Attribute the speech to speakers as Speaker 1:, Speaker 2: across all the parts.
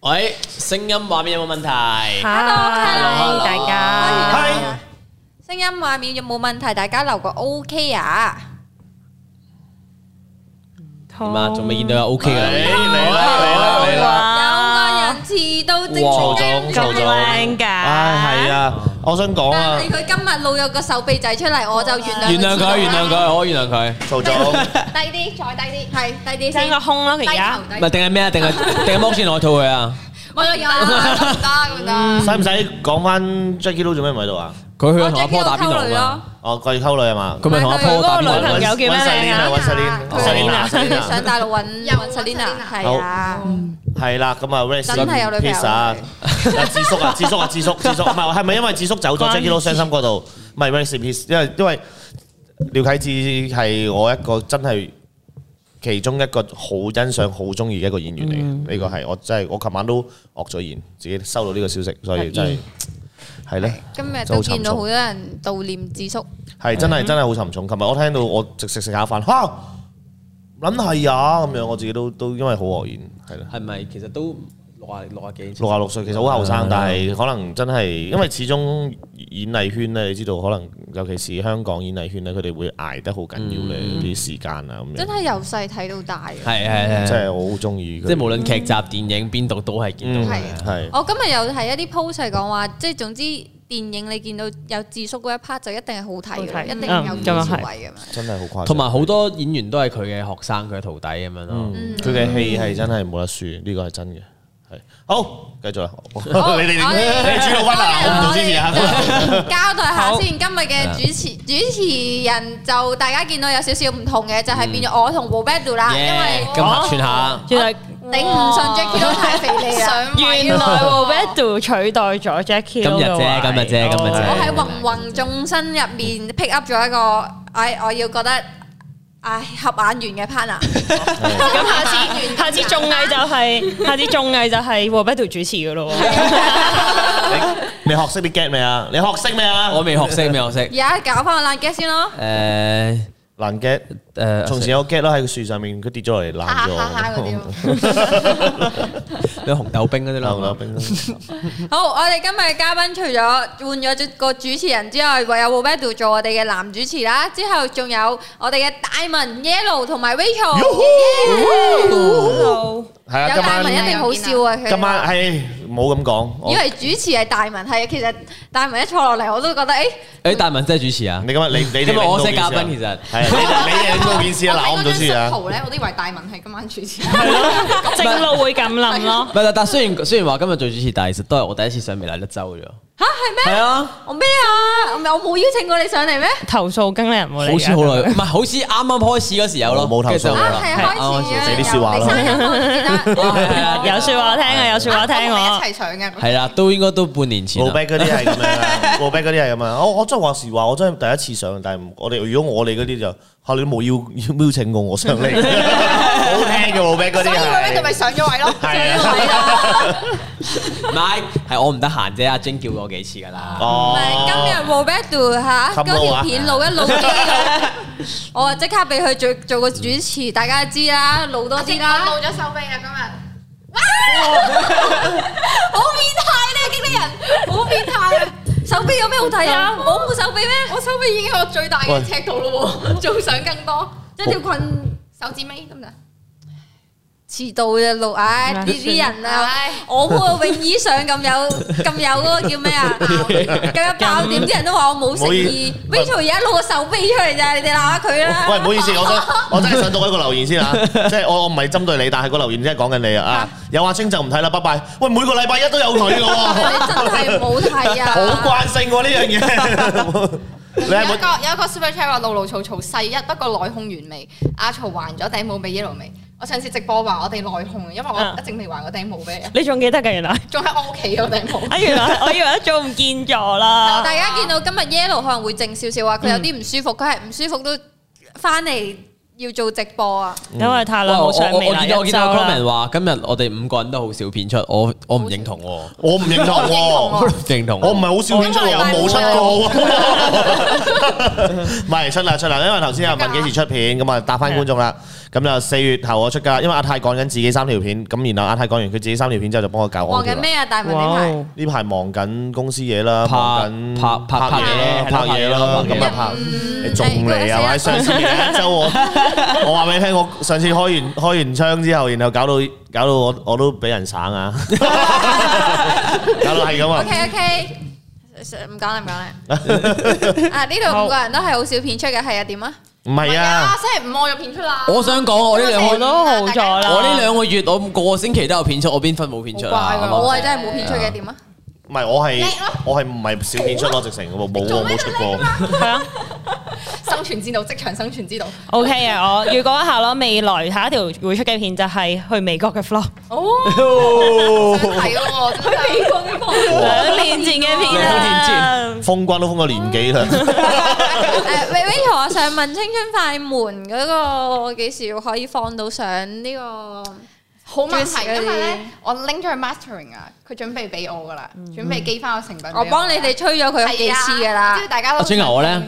Speaker 1: 喂，聲音畫面有冇問題？
Speaker 2: Hello，hello，
Speaker 1: 大家
Speaker 3: 係
Speaker 2: 聲音畫面有冇問題？大家留個 OK 啊！
Speaker 1: 點啊？仲未見到有 OK 嘅留言？
Speaker 3: 嚟啦嚟啦嚟啦！
Speaker 2: 有個人遲到正
Speaker 1: 哇
Speaker 2: 正
Speaker 1: 做咗
Speaker 4: 靚㗎，
Speaker 3: 唉，係啊，我想講
Speaker 2: 但
Speaker 3: 啊，
Speaker 2: 係佢今日露有個手臂仔出嚟，我就原諒
Speaker 1: 原諒佢，原諒佢，我原諒佢。
Speaker 3: 曹總，
Speaker 2: 低啲，再低啲，係低啲
Speaker 4: 爭
Speaker 2: 先
Speaker 4: 個。空咯，而
Speaker 2: 低
Speaker 4: 家
Speaker 2: 頭低
Speaker 1: 唔係定係咩啊？定係定係剝先我套佢啊？
Speaker 2: 我有有得唔得？
Speaker 3: 使唔使講翻 Jackie Lou 做咩唔喺度啊？
Speaker 1: 佢去
Speaker 2: 我
Speaker 1: 同阿 Po 打邊爐啊？
Speaker 3: 哦，掛住溝女係嘛？
Speaker 1: 佢咪同阿 Po 打邊
Speaker 4: 佢嗰個女
Speaker 1: 爐
Speaker 4: 朋友叫咩名啊
Speaker 3: 揾啊 Selina，揾 Selina，Selina，
Speaker 2: 啊佢
Speaker 3: Selina
Speaker 2: 上大陸揾揾 Selina，係啊，
Speaker 3: 係啦，咁啊，rest
Speaker 2: 真係有女朋 友
Speaker 3: peace 啊！啊智叔啊，智叔啊，智叔，智叔，唔係係咪因為智叔走咗
Speaker 4: 關
Speaker 3: Jackie Lou 傷心嗰度？唔係 rest peace，因為因為廖啟智係我一個真係其中一個好欣賞、好中意嘅一個演員嚟嘅，呢個係我真係我琴晚都惡咗言，自己收到呢個消息，所以真係係咧。
Speaker 2: 今日都見到好多人悼念智叔，
Speaker 3: 係真係真係好沉重。琴日我聽到我食食食下飯，嚇撚係啊咁樣，我自己都都因為好愕然，係啦。
Speaker 1: 係咪其實都六啊六啊幾？
Speaker 3: 六啊六歲其實好後生
Speaker 1: 嗯，
Speaker 3: 但係可能真係因為始終演藝圈咧，你知道可能尤其是香港演藝圈咧，佢哋會捱得好緊要咧啲時間啊咁
Speaker 2: 真
Speaker 3: 樣，
Speaker 2: 係由細睇到大啊！
Speaker 1: 係係
Speaker 3: 即
Speaker 1: 係，
Speaker 3: 係我好中意佢。
Speaker 1: 即係無論劇集、電影邊度都係見
Speaker 3: 嗯
Speaker 1: 到佢。
Speaker 3: 係
Speaker 2: 我今日有睇一啲 post 係講話，即係總之電影你見到有智叔嗰一 part 就一定係好睇
Speaker 4: 好
Speaker 2: 嘅，
Speaker 4: 睇
Speaker 2: 一定有高智慧咁樣。
Speaker 3: 真係好誇張，
Speaker 1: 同埋好多演員都係佢嘅學生，佢嘅徒弟咁樣咯。
Speaker 3: 嗯佢嘅戲係真係冇得輸，呢個係真嘅。係好，繼續啦，我 你
Speaker 2: 好
Speaker 3: 哋你哋主導翻啦，我唔做支持啊。
Speaker 2: 交代下先，今日嘅主持主持人就大家見到有少少唔同嘅，就係變咗我同 Roberto 啦，因為
Speaker 1: 耶！咁合串下，
Speaker 4: 原來
Speaker 2: 頂唔順 Ờ, Jackie 都太肥膩啦。
Speaker 4: 原來 Roberto 取代咗 Jackie
Speaker 1: 今
Speaker 4: Lou
Speaker 1: 日
Speaker 4: 嘅
Speaker 1: 啫，
Speaker 4: 位
Speaker 1: 今日啫，今日啫。
Speaker 2: 我喺芸芸眾生入面 pick up 咗一個，唉，我要覺得唉合眼緣嘅 partner。
Speaker 4: 咁下次下次綜藝就係下次綜藝就係 Roberto 主持嘅咯喎，
Speaker 3: 你你學識啲 get 未啊？你學識未啊？
Speaker 1: 我未學識，未學識。
Speaker 2: 而家搞翻個爛 gag 先咯，
Speaker 1: 誒
Speaker 3: 難 get，
Speaker 1: 誒，
Speaker 3: 從前有 get 啦，喺個樹上面佢跌咗落嚟
Speaker 2: 哈
Speaker 3: 爛
Speaker 2: 哈哈嗰啲
Speaker 3: 咗
Speaker 2: 咯。。
Speaker 1: 你紅豆冰嗰啲
Speaker 3: 爛咗
Speaker 1: 啦。
Speaker 3: 冰
Speaker 2: 好，我哋今日嘅嘉賓除咗換咗個主持人之外，唯有 Roberto 做我哋嘅男主持啦。之後仲有我哋嘅大文 Yellow 同埋 Rachel，
Speaker 1: 哦
Speaker 3: 係啊，
Speaker 2: 有
Speaker 3: 今
Speaker 2: 大文
Speaker 3: 晚
Speaker 2: 一定好笑啊！佢
Speaker 3: 今晚係冇咁講，我
Speaker 2: 以為主持係大文，係其實大文一坐落嚟我都覺得誒，
Speaker 1: 誒，大文真係主持啊
Speaker 3: 你。今日你你
Speaker 1: 因為我識嘉
Speaker 3: 嘉
Speaker 1: 賓
Speaker 3: 賓
Speaker 1: 其實
Speaker 3: 係啊你哋你哋做件事啊，嗱我唔做事啊，
Speaker 5: 圖咧，我都以為大文係今晚主持。
Speaker 4: 正路會咁諗咯
Speaker 1: 唔。係，但但雖然雖然話今日做主持，但係其實都係我第一次上微辣一周嘅啫。
Speaker 2: 吓係
Speaker 1: 係
Speaker 2: 咩？
Speaker 1: 啊，
Speaker 2: 我咩啊？我冇邀請過你上嚟咩？
Speaker 4: 投訴經理人冇嚟㗎，
Speaker 1: 好似好耐，唔係好似啱啱開始嗰時有咯，
Speaker 3: 冇冇投訴
Speaker 1: 跟住就冇啦
Speaker 2: 啊係啊開始啊，
Speaker 3: 寫啲説話咯
Speaker 2: 你生日嗰陣時啦
Speaker 1: 哦係啊
Speaker 4: 有説話聽
Speaker 1: dạ,
Speaker 4: 啊，有説話聽
Speaker 5: 我
Speaker 4: 我
Speaker 5: 哋一齊上嘅。
Speaker 1: 係啦，都應該都半年前
Speaker 3: 老
Speaker 1: 啦。
Speaker 3: back 嗰啲係咁樣啊，老 back 嗰啲係咁啊。我我真係話時話，我真係第一次上，但係我哋如果我哋嗰啲就嚇你都冇邀邀請過我上嚟，好聽嘅老 back 嗰啲
Speaker 5: 所以佢咧就
Speaker 3: 係。
Speaker 5: 咪上咗位咯。
Speaker 3: 係啊，
Speaker 1: 唔係，係我唔得閒啫。阿晶叫我幾次㗎啦。
Speaker 3: Ờ.
Speaker 2: 唔係今
Speaker 3: 哦，
Speaker 2: 日 Roberto 嚇嗰
Speaker 3: 冚路
Speaker 2: 條
Speaker 3: 啊
Speaker 2: 片露一露啲，我話即刻俾佢做做個主持，大家知啦，露多啲啦，
Speaker 5: 露咗手臂啦，今日。
Speaker 2: 好變態咧，經理人，好變態啊！手臂有咩好睇啊？我冇手臂咩？
Speaker 5: 我手臂已經係我最大
Speaker 3: 喂
Speaker 5: 嘅尺度咯喎，仲想更多。一條裙手指尾得唔得？
Speaker 2: 遲到嘅路，唉，呢啲人啊
Speaker 5: 唉，
Speaker 2: 我嗰個泳衣上咁有咁有嗰個叫咩啊？咁有爆點，啲人都話我冇誠意。
Speaker 3: 唔好意
Speaker 2: Rachel 而家露個手臂出嚟咋，你哋鬧下佢啦。
Speaker 3: 喂，唔好意思，我想我真係想讀一個留言先 啊，即係我我唔係針對你，但係個留言真係講緊你啊。啊，有阿星就唔睇啦，拜拜。喂，每個禮拜一都有佢嘅 喎。
Speaker 2: 你真係冇睇啊！
Speaker 3: 好慣性喎呢樣 嘢。你係
Speaker 5: 有一
Speaker 3: 咪
Speaker 5: 個有一個 super chat 話露露嘈嘈細一，不過內控完未？阿曹還咗頂帽俾 yellow 未？我上次直播話我哋內控，因為我
Speaker 4: 嗯
Speaker 3: 啊
Speaker 5: 一直未還個頂帽俾你，
Speaker 4: 你仲記得㗎原來？
Speaker 5: 仲喺我屋企個頂帽。
Speaker 4: 啊原來我以為一早唔見咗啦。
Speaker 2: 大家見到今日 Yellow 可能會靜少少啊，佢有啲唔舒服，佢係唔舒服都翻嚟要做直播啊，
Speaker 4: 因為太耐
Speaker 1: 哇我
Speaker 4: 冇上
Speaker 1: 我
Speaker 4: 微
Speaker 1: 我
Speaker 4: 辣一
Speaker 1: 見到我
Speaker 4: 周
Speaker 1: 見到個
Speaker 4: 啦
Speaker 1: comment。話，今日我哋五個人都好少片出，我我唔認同喎，我
Speaker 3: 我唔認同
Speaker 1: 唔
Speaker 3: 喎，
Speaker 1: 認同喎。
Speaker 3: 我唔係好少認出喎，我冇出 過喎。唔係出啦出啦，因為頭先有人問幾時出片，咁啊答翻觀眾啦。咁就四月頭我出㗎，因為阿泰講緊自己三條片，咁然後阿泰講完佢自己三條片之後就幫我教我
Speaker 2: 望
Speaker 3: 條
Speaker 2: 緊
Speaker 3: 啦。
Speaker 2: 咩啊？大文呢排
Speaker 4: 哇！
Speaker 3: 呢排忙緊公司嘢啦，
Speaker 1: 拍
Speaker 3: 忙緊
Speaker 1: 拍拍
Speaker 3: 嘢啦，
Speaker 1: 拍
Speaker 3: 拍
Speaker 1: 嘢
Speaker 3: 嘢
Speaker 1: 係
Speaker 3: 啦
Speaker 1: 咯，
Speaker 3: 咁
Speaker 1: 拍嘢
Speaker 3: 啊拍。
Speaker 2: 嗯
Speaker 3: 你仲嚟啊？或者上次嚟一周我，我話俾你聽，我上次開完開完槍之後，然後搞到搞到我我都俾人省啊，搞到係咁啊
Speaker 2: OK，OK，唔講啦唔講啦。啊呢度五個人都係好少片出嘅，係啊點啊？
Speaker 3: 唔係啊，
Speaker 5: 星期五我有片出啦，
Speaker 1: 我想講我呢兩
Speaker 4: 我
Speaker 1: 個
Speaker 5: 咯
Speaker 4: 都好咗啦。
Speaker 1: 我呢兩個月我個個星期都有片出，我邊份冇片出啊
Speaker 5: 好？乖
Speaker 1: 啱啱
Speaker 2: 我係
Speaker 5: 㗎
Speaker 2: 真係冇片出嘅點啊？
Speaker 3: 唔係我係
Speaker 5: 叻咯
Speaker 3: 我係唔係小片出咯，直情我冇我冇出過，
Speaker 4: 係啊。
Speaker 5: 生存之道，職場生存之道。
Speaker 4: O K 啊，我預告一下咯，未來下一條會出嘅片就係去美國嘅 vlog，
Speaker 5: 哦，想睇喎，真係
Speaker 4: 兩年前嘅片
Speaker 1: 兩
Speaker 4: 啊，
Speaker 3: 風關都封咗年幾啦，
Speaker 2: 誒 v i v 我想問《青春快門》嗰個幾時可以放到上呢個？
Speaker 5: 好問題，因為咧我拎咗去 mastering à? 啊，佢準備俾我噶啦，準備寄翻個成品俾㗎啦。
Speaker 2: 我幫你哋吹咗佢好幾次㗎
Speaker 5: 係啊
Speaker 2: 啦
Speaker 5: 我知。道大家都
Speaker 3: Ờ,
Speaker 1: 阿晶牛我咧，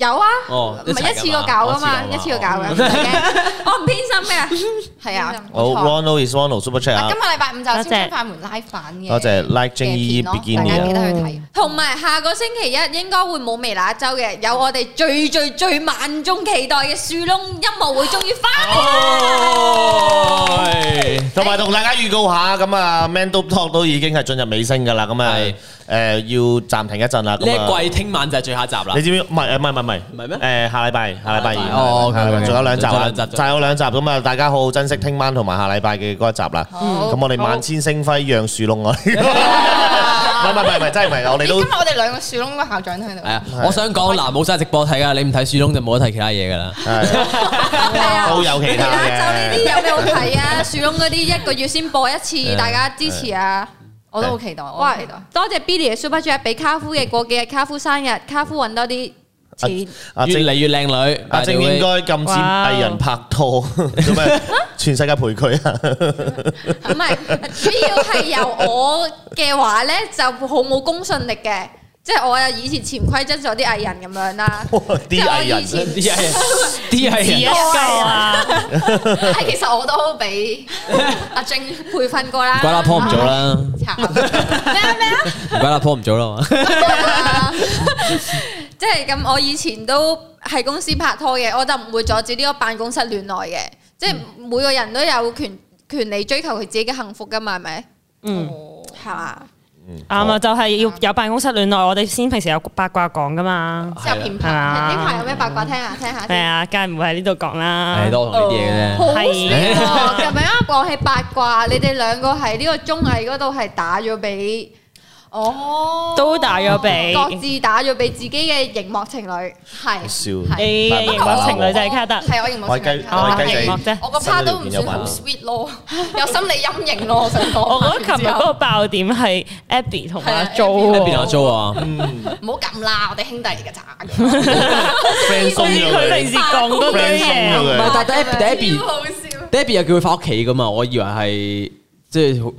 Speaker 2: 有啊，
Speaker 1: 哦
Speaker 2: 唔係
Speaker 1: 一齊㗎嘛
Speaker 2: 一次過搞噶嘛，
Speaker 3: 我
Speaker 2: 一
Speaker 3: 知
Speaker 2: 次
Speaker 3: 道
Speaker 2: 過搞
Speaker 3: 啊
Speaker 2: 嘅，唔使驚我唔偏心嘅。
Speaker 5: 係啊，
Speaker 3: 好
Speaker 5: 冇錯
Speaker 3: Ronald is Ronald super chat
Speaker 5: 啊
Speaker 3: 啊
Speaker 5: 今，個禮拜五就
Speaker 4: 多謝
Speaker 5: 青春快門 live 版嘅，
Speaker 3: 多謝 à? Like
Speaker 5: 嘅
Speaker 3: Jing Yi
Speaker 5: 片咯大
Speaker 3: Bikini
Speaker 5: 家記
Speaker 3: 啊，
Speaker 5: 得去睇。
Speaker 2: 同埋下個星期一應該會冇微辣一周嘅，有我哋最最最萬眾期待嘅樹窿音樂會終於翻嚟
Speaker 1: 哦
Speaker 2: 啦！
Speaker 3: 同埋同大家預告下，咁啊 Man Do Talk 都已經係進入尾聲㗎啦，咁啊
Speaker 1: 係
Speaker 3: 誒要暫停一陣啦，
Speaker 1: 呢
Speaker 3: 咁啊。
Speaker 1: 一季聽晚就係最後一集啦
Speaker 3: 你。知唔知？唔係誒，唔係唔係唔係，
Speaker 1: 唔係咩
Speaker 3: 誒，下禮拜下禮拜
Speaker 1: 下禮
Speaker 3: 二，
Speaker 1: 拜哦
Speaker 3: 下禮拜
Speaker 1: OK，OK，
Speaker 3: 仲有兩集
Speaker 1: 仲有
Speaker 3: 啊，
Speaker 1: 兩集
Speaker 3: 就有兩集咁啊！大家好好珍惜聽晚同埋下禮拜嘅嗰一集啦。咁我哋萬千星輝讓樹窿 我哋，唔係唔係唔係，真係唔係，我哋
Speaker 5: 你
Speaker 3: 都
Speaker 5: 今日我哋兩個樹窿個校長喺度
Speaker 1: 系，
Speaker 3: À.
Speaker 1: 啊，我想講嗱，冇晒直播睇噶，你唔睇樹窿就冇得睇其他嘢噶啦。
Speaker 3: 係
Speaker 2: 係啊
Speaker 3: 都有其他
Speaker 2: 微辣一周呢
Speaker 3: 嘅。
Speaker 2: 啲有咩好睇啊？樹窿嗰啲一個月先播一次，大家支持啊！
Speaker 5: 我都好期待，我都好
Speaker 2: 喂
Speaker 5: 期待。，
Speaker 2: 多謝 Billy 嘅 Super Chat 俾卡夫嘅過幾日卡夫生日，卡夫揾多啲錢。
Speaker 3: 阿
Speaker 1: 越
Speaker 3: 晶
Speaker 1: 嚟越靚女，
Speaker 3: 阿晶應該禁止藝人拍拖， 做咩？全世界陪佢 啊！
Speaker 2: 唔係，主要係由我嘅話咧，就好冇公信力嘅。即係我啊，以前潛規則咗啲藝人咁樣啦，即
Speaker 3: 啲
Speaker 2: 係我
Speaker 3: 藝
Speaker 2: 以
Speaker 3: 人
Speaker 2: 前
Speaker 1: 啲係啲
Speaker 4: 只一
Speaker 1: 係
Speaker 4: 個啊，
Speaker 5: 唉，其實我都俾阿晶
Speaker 2: 培訓過啦。
Speaker 1: 怪啦，坡唔早啦，
Speaker 5: 查
Speaker 3: Ừ.
Speaker 5: 咩啊咩啊，
Speaker 1: 唔怪啦，坡唔早啦嘛。
Speaker 2: 即係咁，我以前都喺公司拍拖嘅，我就唔會阻止呢個辦公室戀愛嘅。即係
Speaker 3: 嗯
Speaker 2: 每個人都有權權利追求佢自己嘅幸福噶嘛，係咪？
Speaker 4: 嗯，
Speaker 2: 係嘛？
Speaker 4: 啱啊，就係要有辦公室戀愛，我哋先平時有八卦講噶嘛，
Speaker 5: 之後
Speaker 3: à.
Speaker 5: 片
Speaker 4: 係啊
Speaker 5: 拍
Speaker 2: 呢排有咩八卦聽下聽下
Speaker 4: 係
Speaker 2: 先。
Speaker 4: 啊，梗係唔會喺呢度講啦
Speaker 1: 係，多同呢啲嘢
Speaker 2: 好
Speaker 1: 啫。
Speaker 2: 笑
Speaker 4: 係
Speaker 2: 啊喎！琴日啱講起八卦，你哋兩個喺呢個綜藝嗰度係打咗俾
Speaker 5: 哦，
Speaker 4: 都打咗俾
Speaker 2: 各自打咗俾自己嘅熒幕情侶。
Speaker 5: 係
Speaker 3: 笑
Speaker 5: 係
Speaker 4: 你嘅熒幕情侶就係卡特，
Speaker 5: 係我熒幕
Speaker 3: 我係
Speaker 5: 情
Speaker 3: 雞
Speaker 5: 侶
Speaker 3: 我
Speaker 4: 熒
Speaker 3: 係
Speaker 4: 幕
Speaker 3: 雞仔
Speaker 4: 啫，
Speaker 5: 我個 part 都唔算好 sweet 咯，有心理陰影咯，我想講。
Speaker 4: 我覺得琴日嗰個爆點係 Abby 同阿
Speaker 5: 係啊
Speaker 1: 邊
Speaker 5: ，Abby
Speaker 4: Jo
Speaker 1: 阿
Speaker 4: 喎。
Speaker 1: Jo 啊
Speaker 5: 唔好咁啦，我哋兄弟嚟㗎咋。
Speaker 3: friend 鬆咗
Speaker 4: 佢平
Speaker 3: 佢
Speaker 4: 時講嗰堆
Speaker 3: ，friend 鬆
Speaker 4: 嘢，
Speaker 1: 唔
Speaker 3: 咗
Speaker 1: 係
Speaker 3: 佢，
Speaker 1: 但係 Debbie
Speaker 5: 超好笑。
Speaker 1: Debbie 啊又叫佢翻屋企噶嘛，我以為係即係好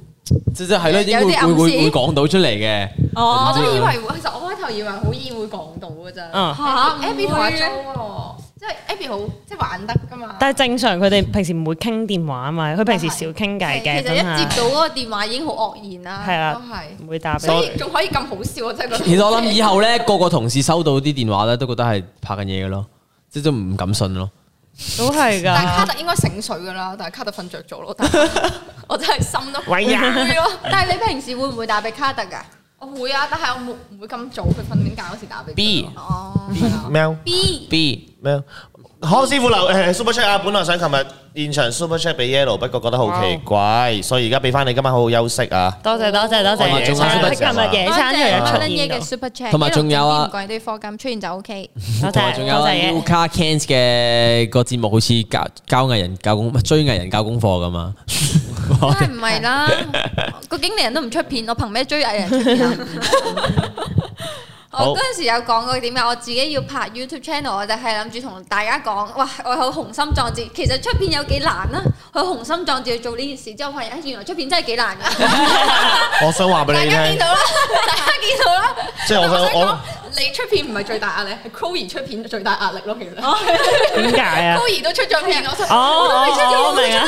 Speaker 1: 即即係咯，應該
Speaker 2: 有啲暗
Speaker 1: 會
Speaker 2: 示
Speaker 1: 會會講到出嚟嘅。
Speaker 5: 我
Speaker 1: 哦
Speaker 5: 都以為會，其實我開頭以為好易會講到㗎咋。
Speaker 4: 嗯
Speaker 2: 嚇唔
Speaker 5: Abby 同阿
Speaker 2: 會
Speaker 5: Jo
Speaker 2: 嘅
Speaker 5: 喎，即係 Abby 好即係玩得㗎嘛。
Speaker 4: 但係正常佢哋平時唔會傾電話啊嘛，佢平時少傾偈嘅，啊
Speaker 2: 其實
Speaker 4: 真
Speaker 2: 一接
Speaker 4: 係
Speaker 2: 到嗰個電話已經好愕然啦。
Speaker 4: 係
Speaker 5: 都
Speaker 4: 啊，
Speaker 5: 係，
Speaker 4: 唔會答俾
Speaker 5: 所以仲可以咁好笑，我真係覺得。
Speaker 1: 其實我諗以後咧，個個同事收到啲電話咧，都覺得係拍緊嘢嘅咯，即係都唔敢信咯。
Speaker 4: 都係
Speaker 5: 但係卡
Speaker 4: 㗎。
Speaker 5: 特應該醒水㗎啦，但係卡特瞓着咗咯。但係我真係心都
Speaker 4: 喂呀
Speaker 5: 灰咯。
Speaker 2: 但係你平時會唔會打俾卡特㗎？
Speaker 5: 我會啊，但係我冇唔會咁早，佢瞓緊覺嗰時打俾佢
Speaker 1: B
Speaker 2: 哦
Speaker 5: 係啊
Speaker 3: 喵。
Speaker 2: ，B
Speaker 1: B
Speaker 3: 咩？康師傅留誒 super chat à, 啊！本來想琴日現場 super chat 俾 yellow，不過覺得好奇怪，所以而家俾翻你，今晚好好休息啊！
Speaker 4: 多謝多謝多
Speaker 1: 我
Speaker 4: 謝，
Speaker 1: 哋仲有
Speaker 4: 佢琴日野餐佢
Speaker 2: 多謝
Speaker 4: 又
Speaker 2: Alan
Speaker 4: 出
Speaker 2: Ye
Speaker 4: 現到，
Speaker 2: 嘅 Super Chat，
Speaker 1: 同埋仲有啊
Speaker 2: 一路總之唔怪啲課金出現就 OK。
Speaker 4: 多
Speaker 1: 同埋
Speaker 4: 謝
Speaker 1: 仲有
Speaker 4: 多
Speaker 1: 啊
Speaker 4: 謝嘅。
Speaker 1: Luca Cans 嘅個節目，好似教教藝人教功，唔係追藝人教功課噶嘛。
Speaker 2: 梗係唔 係啦，個經理人都唔出片，我憑咩追藝人出片啊？
Speaker 3: 好
Speaker 2: 我嗰陣時有講過點解啊我自己要拍 YouTube channel，我就係諗住同大家講，哇！我好雄心壯志，其實出片有幾難啦、佢雄心壯志去做呢件事之後，發現啊原來出片真係幾難嘅，
Speaker 3: 我想話俾
Speaker 5: 大
Speaker 3: 你
Speaker 5: 家
Speaker 3: 聽
Speaker 5: 見，到啦，大家見到啦。
Speaker 3: 即係我想
Speaker 5: 講
Speaker 3: 我
Speaker 5: 你出片唔係最大壓力，係 Chloe 出片最大壓力咯。其實
Speaker 4: 點 解啊？
Speaker 5: Chloe 都出咗片，我
Speaker 4: 哦
Speaker 5: 就
Speaker 4: 哦，我明啊！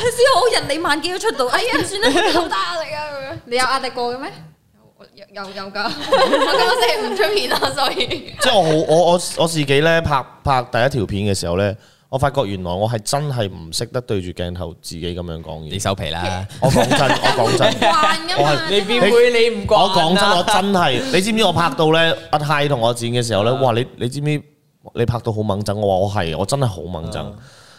Speaker 2: 先好人哋萬幾都出到，哎呀算啦，
Speaker 5: 好大壓力啊咁樣。
Speaker 2: 你有壓力過嘅咩？
Speaker 5: 我有有有㗎， 我今個星期唔出片啊啦，所以
Speaker 3: 即係我好我我我自己咧拍拍第一條片嘅時候咧，我發覺原來我係真係唔識得對住鏡頭自己咁樣講
Speaker 1: 你
Speaker 3: 嘢。
Speaker 1: 收皮啦！
Speaker 3: 我講真，我講真。
Speaker 2: 慣噶嘛，
Speaker 1: 你
Speaker 2: 真
Speaker 1: 邊
Speaker 2: 係
Speaker 1: 會你唔慣啊
Speaker 3: 我講真，我 真係，你知唔知我拍到咧？阿泰同我剪嘅時候咧，哇！你你知唔知你拍到好猛憎？我話我係，我真係好猛憎，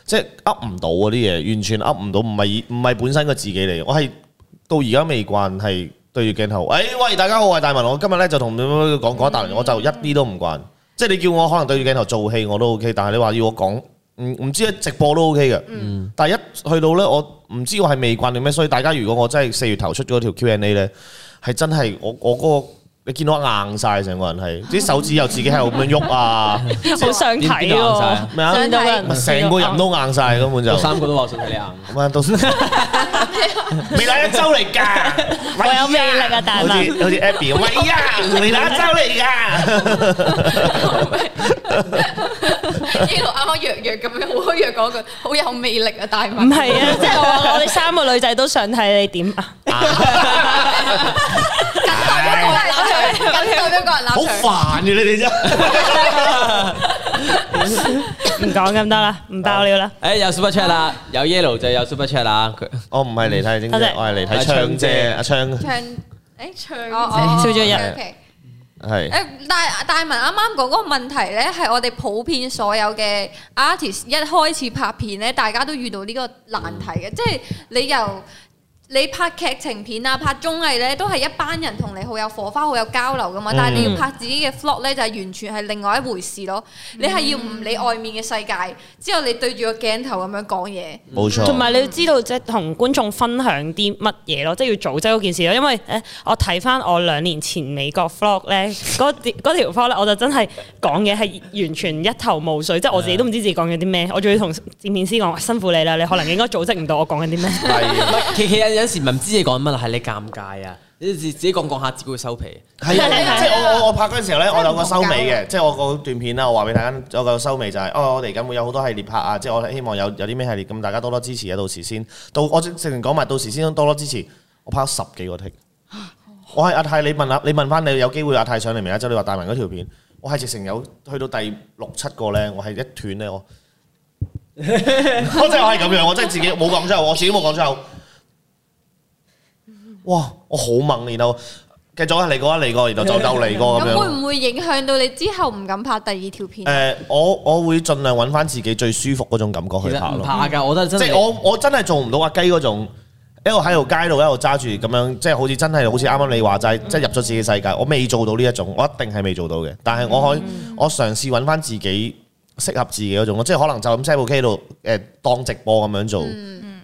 Speaker 3: 即係噏唔到嗰啲嘢，完全噏唔到，唔係唔係本身個自己嚟，我係到而家未慣係對住鏡頭。誒、哎喂，大家好，我係大文，我今日咧就同你講講一大輪，我就一啲都唔慣。即係你叫我可能對住鏡頭做戲我都 OK，但係你話要我講。唔唔知啊，直播都 OK 嘅，但係一去到呢，我唔知我係未慣定咩，所以大家如果我真係四月頭出咗條 Q&A 呢，係真係我我嗰、個你見到我硬晒成個人係，啲手指又自己喺度咁樣喐 啊，
Speaker 4: 好想
Speaker 1: 邊邊
Speaker 4: 睇
Speaker 1: 度硬晒啊
Speaker 4: 喎，
Speaker 3: 咩啊
Speaker 4: 想到人
Speaker 3: 咪成個人都硬晒根本就
Speaker 1: 我，三個都話想睇你硬。
Speaker 3: 咁 啊到未來一周嚟㗎，
Speaker 4: 我有魅力啊，大
Speaker 3: 好似
Speaker 4: 文！
Speaker 3: 好似 Abby，喂呀，未來一周嚟㗎。
Speaker 5: 一路啱啱弱弱咁樣，好弱嗰句，好有魅力啊！大
Speaker 4: 唔
Speaker 5: 文
Speaker 4: 係啊， 即係我我哋三個女仔都想睇你點啊！
Speaker 5: 僅代表個人立場，僅代表個人
Speaker 3: 好
Speaker 5: 立場。
Speaker 3: 煩嘅你 哋啫，
Speaker 4: 唔講咁多啦，唔爆料啦。
Speaker 1: 誒哎有 super chat 啦，有 yellow 就有 super chat 啦。佢
Speaker 3: 我唔係嚟睇晶
Speaker 4: 多
Speaker 3: 姐
Speaker 4: 謝，
Speaker 3: 我係嚟睇昌姐，阿昌
Speaker 2: 唱誒
Speaker 5: 唱哦
Speaker 4: 少咗一
Speaker 2: O K。
Speaker 3: 係
Speaker 2: 誒大大文啱啱講嗰個問題咧，係我哋普遍所有嘅 artist 一開始拍片咧，大家都遇到呢個難題嘅，即係你由你拍劇情片啊、拍綜藝咧，都係一班人同你好有火花、好有交流
Speaker 3: 嗯
Speaker 2: 噶嘛。但係你要拍自己嘅 vlog 咧，就係完全係另外一回事咯。你係要唔理外面嘅世界，之後你對住個鏡頭咁樣講嘢。
Speaker 3: 冇錯。
Speaker 4: 同埋你要知道即係同觀眾分享啲乜嘢咯，即係要組織嗰件事咯。因為誒，我睇翻我兩年前美國 vlog 咧， 嗰啲嗰條 vlog 咧，我就真係講嘢係完全一頭霧水，即係我自己都唔知自己講緊啲咩。我仲要同剪片師講：辛苦你啦，你可能應該組織唔到我講緊啲咩。
Speaker 1: 唔係其其有有時唔知你講乜啦，係你尷尬啊！你自自己講講下，自己會收皮。
Speaker 3: 係 啊，即係我我我拍嗰陣時候咧，我有
Speaker 5: 啊
Speaker 3: 個收尾
Speaker 5: 真係
Speaker 3: 嘅，即係我個段片啦，我話俾大家，我個收尾就係、哦，我哋而家會有好多系列拍啊，即係我希望有有啲咩系列，咁大家多多支持啊，到時先，到我直情講埋，到時先多多支持，我拍咗十幾個 tick，我係阿泰，你問下，你問翻你有機會阿泰上嚟未啊？即係你話大文嗰條片，我係直情有去到第六七個咧，我係一斷咧我。 我真係我係咁樣，我真係自己冇講出口，我自己冇講出口。哇！我好猛，然後繼續啊嚟過啊嚟過，然後就鬥嚟過咁
Speaker 2: 咁會
Speaker 3: 樣。
Speaker 2: 唔會影響到你之後唔敢拍第二條片？啊
Speaker 3: 誒，我我會盡量揾翻自己最舒服嗰種感覺
Speaker 1: 其
Speaker 3: 去拍
Speaker 1: 實唔
Speaker 3: 咯。
Speaker 1: 怕㗎，我覺得
Speaker 3: 即
Speaker 1: 真
Speaker 3: 係
Speaker 1: 嗯係
Speaker 3: 我我真係做唔到阿雞嗰種，一路喺條街度一路揸住咁樣，即係好似真係好似啱啱你話齋，即係入咗自己世界。我未做到呢一種，我一定係未做到嘅。但係我可以，我嘗試揾翻自己適合自己嗰種咯，即係可能就咁 set 部機度誒當直播咁樣做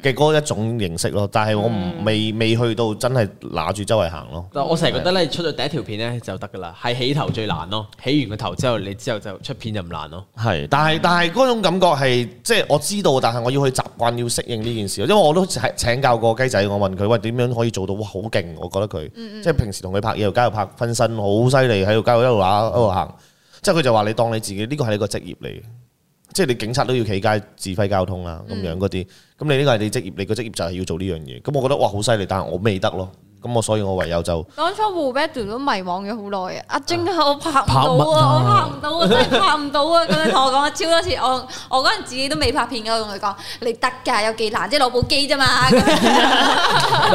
Speaker 3: 嘅嗰一種形式咯。但係我唔未未去到真係揦住周圍行咯。
Speaker 1: 但我成日覺得咧，出咗第一條片咧就得㗎啦，係起頭最難咯。起完個頭之後，你之後就出片就唔難咯。
Speaker 3: 係，但係但係嗰種感覺係，即係我知道，但係我要去習慣，要適應呢件事。因為我都請請教過雞仔，我問佢喂點樣可以做到，哇好勁！我覺得佢即係平時同佢拍嘢，條街度拍分身，好犀利喺條街度一路打一路行。即係佢就話你當你自己呢個係你個職業嚟嘅，即係你警察都要企街指揮交通啊啦，咁樣嗰啲。咁你呢個係你職業，你個職業就係要做呢樣嘢。咁我覺得哇好犀利，但係我未得咯。咁我所以我唯有就
Speaker 2: 當初 w b e d 都迷惘咗好耐啊！阿晶啊，我拍唔
Speaker 1: 拍乜
Speaker 2: 到
Speaker 1: 啊
Speaker 2: 啊，我拍唔到啊，真係拍唔到啊！咁樣同我講超多次，我我嗰陣自己都未拍片嘅，我同佢講你得㗎，有幾難，即係攞部機 啫嘛。咁
Speaker 1: 唔係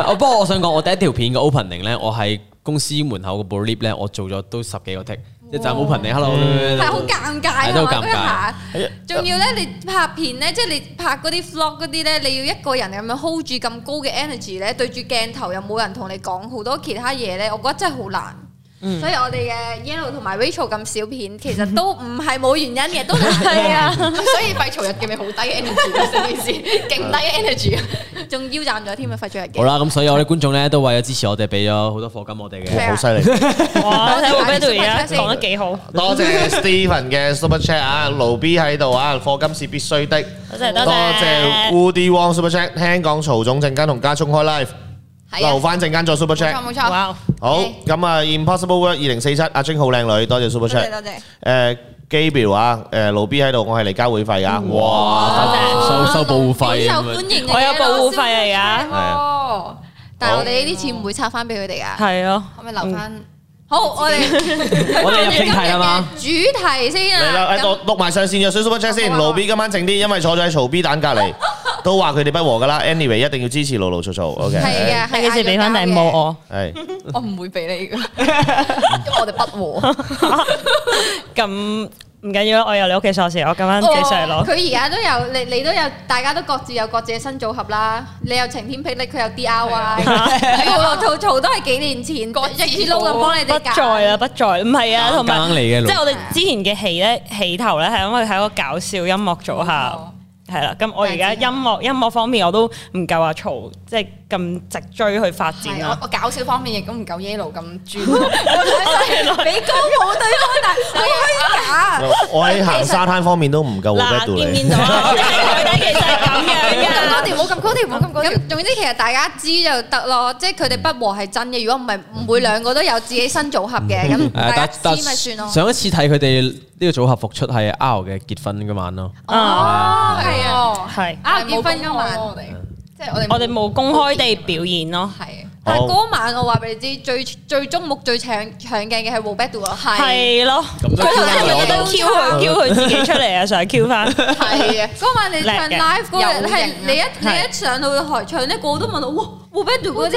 Speaker 1: 我不過我想講，我第一條片嘅 opening 咧，我喺公司門口個部 lift 咧，我做咗都十幾個 tick，一陣 opening，hello，
Speaker 2: 係好尷尬啊
Speaker 1: 係都
Speaker 2: 嘛
Speaker 1: 好尷尬
Speaker 2: 嗰一下，
Speaker 3: 哎
Speaker 2: 仲要咧你拍片咧，即係你拍嗰啲 vlog 嗰啲咧，你要一個人咁樣 hold 住咁高嘅 energy 咧，對住鏡頭又冇人同你講好多其他嘢咧，我覺得真係好難。
Speaker 1: 嗯
Speaker 2: 所以我哋嘅 Yellow 同埋 Rachel 咁少片，其實都唔係冇原因嘅，都難嘅。
Speaker 1: 啊
Speaker 5: 所以廢曹日嘅咪好低 energy 咯，成件事勁低 energy，
Speaker 2: 仲腰斬咗添啊！發咗日
Speaker 1: 好
Speaker 2: 嘅，
Speaker 1: 啦，咁所以我哋觀眾咧都為咗支持我哋，俾咗好多課金我哋嘅。
Speaker 3: 哇好犀利！
Speaker 4: 哇！睇我 b e d 而家
Speaker 2: Super Chat
Speaker 4: 講得幾好，
Speaker 3: 多謝 Steven 嘅 Super Chat 啊，盧 B 喺度啊，課金是必須的。
Speaker 4: 多謝
Speaker 3: 多
Speaker 4: 多
Speaker 3: 謝
Speaker 4: 謝。
Speaker 3: Woody Wong Super Chat，聽講曹總陣間同家聰開 live，
Speaker 5: 係啊
Speaker 3: 留，翻陣間再 Super
Speaker 5: 冇
Speaker 3: Chat
Speaker 5: 錯。冇錯，
Speaker 4: 哇！
Speaker 3: 好，
Speaker 5: Okay
Speaker 3: 咁啊，Impossible Work 二零四七，阿晶好靚女，多謝 Super
Speaker 5: 多
Speaker 3: Chat
Speaker 5: 謝。多謝。
Speaker 3: 誒 Gabriel 啊，誒盧 B 喺度，我係嚟交會費㗎。哇！
Speaker 1: 收收保護費咁
Speaker 2: 好受
Speaker 1: 樣
Speaker 2: 歡迎嘅，
Speaker 4: 我有保護費嚟㗎
Speaker 3: 係
Speaker 5: 哦，
Speaker 2: 但係我哋呢啲錢唔會拆翻俾佢哋㗎。
Speaker 4: 係咯，
Speaker 5: 可唔可以留翻？
Speaker 2: 好，我哋
Speaker 1: 我哋入正題啦嘛
Speaker 2: 主題先
Speaker 3: 嚟啦，
Speaker 2: 啊，
Speaker 3: 誒讀讀埋上線嘅 Super Chat 先，
Speaker 5: 好啊好啊
Speaker 3: 盧 B 今晚靜啲，因為坐咗喺曹 B 蛋隔離，都話佢哋不和㗎啦。Anyway，一定要支持盧盧曹曹，OK？
Speaker 2: 係嘅，
Speaker 4: 你
Speaker 2: 係
Speaker 4: 幾時俾翻
Speaker 2: 嗌咗交嘅
Speaker 4: 頂帽我？
Speaker 3: 係。
Speaker 5: 我唔會俾你㗎，因為我哋不和。
Speaker 4: 咁唔緊要啦，我有你屋企鎖匙，我今晚幾上
Speaker 2: 哦
Speaker 4: 攞。
Speaker 2: 佢而家都有，你你都有，大家都各自有各自嘅新組合啦。你有晴天霹靂，佢有 D R Y，我落吐槽都係幾年前，一支撈咁幫你
Speaker 4: 不
Speaker 2: 哋揀。
Speaker 4: 在啦，不在，唔係啊，同
Speaker 1: 夾
Speaker 4: 埋
Speaker 1: 硬嚟嘅
Speaker 4: 即係
Speaker 1: 老
Speaker 4: 我哋之前嘅戲咧，起頭咧係因為喺個搞笑音樂組合
Speaker 5: 哦。
Speaker 4: 係啦，咁我而家音樂音樂方面我都唔夠阿曹，即係咁直追去發展
Speaker 5: 係我
Speaker 4: 咯。
Speaker 5: 我搞笑方面亦都唔夠 yellow 咁專，俾高好對方，但係
Speaker 2: Dạ.
Speaker 5: 虛假。
Speaker 3: 我喺行沙灘方面都唔夠 w
Speaker 4: 嗱，
Speaker 3: 度
Speaker 4: 見唔
Speaker 3: 你
Speaker 4: 見。到啊？我哋佢哋其實係咁樣
Speaker 2: Dạ.
Speaker 5: 咁
Speaker 4: 嘅
Speaker 5: 高。調，冇咁高調，冇咁高調。
Speaker 2: 咁總之其實大家知就得咯，即係佢哋不和係真嘅。如果唔係，唔會兩個都有自己新組合 嘅，咁
Speaker 1: 誒
Speaker 2: 大家
Speaker 1: 啊但
Speaker 2: 知
Speaker 1: 但
Speaker 2: 咪算咯。
Speaker 1: 上一次睇佢哋呢個組合復出係 R 嘅結婚嗰晚咯，
Speaker 4: 啊，
Speaker 2: 哦，係啊，
Speaker 5: 哦，
Speaker 4: 係。
Speaker 2: 啊結婚
Speaker 5: 㗎
Speaker 2: 嗰
Speaker 5: 嘛，
Speaker 2: 晚，
Speaker 5: 我哋即係我哋
Speaker 4: 我哋冇公開地表演咯。
Speaker 5: 係
Speaker 2: 但係
Speaker 3: 好
Speaker 2: 嗰晚我話俾你知，最最矚目最搶搶鏡嘅係 Robert 咯，
Speaker 4: 係咯，
Speaker 1: 咁都
Speaker 4: 佢係咪
Speaker 1: 我
Speaker 4: 都
Speaker 1: 都
Speaker 4: Q 佢 Q 佢自己出嚟啊？想 Q 翻，
Speaker 5: 係啊，
Speaker 2: 嗰晚你唱
Speaker 4: 叻嘅
Speaker 2: live 嗰日
Speaker 5: 有型啊
Speaker 2: 係你一你
Speaker 4: 係
Speaker 2: 一上到台唱咧，個個都問我哇 Roberto 嗰啲，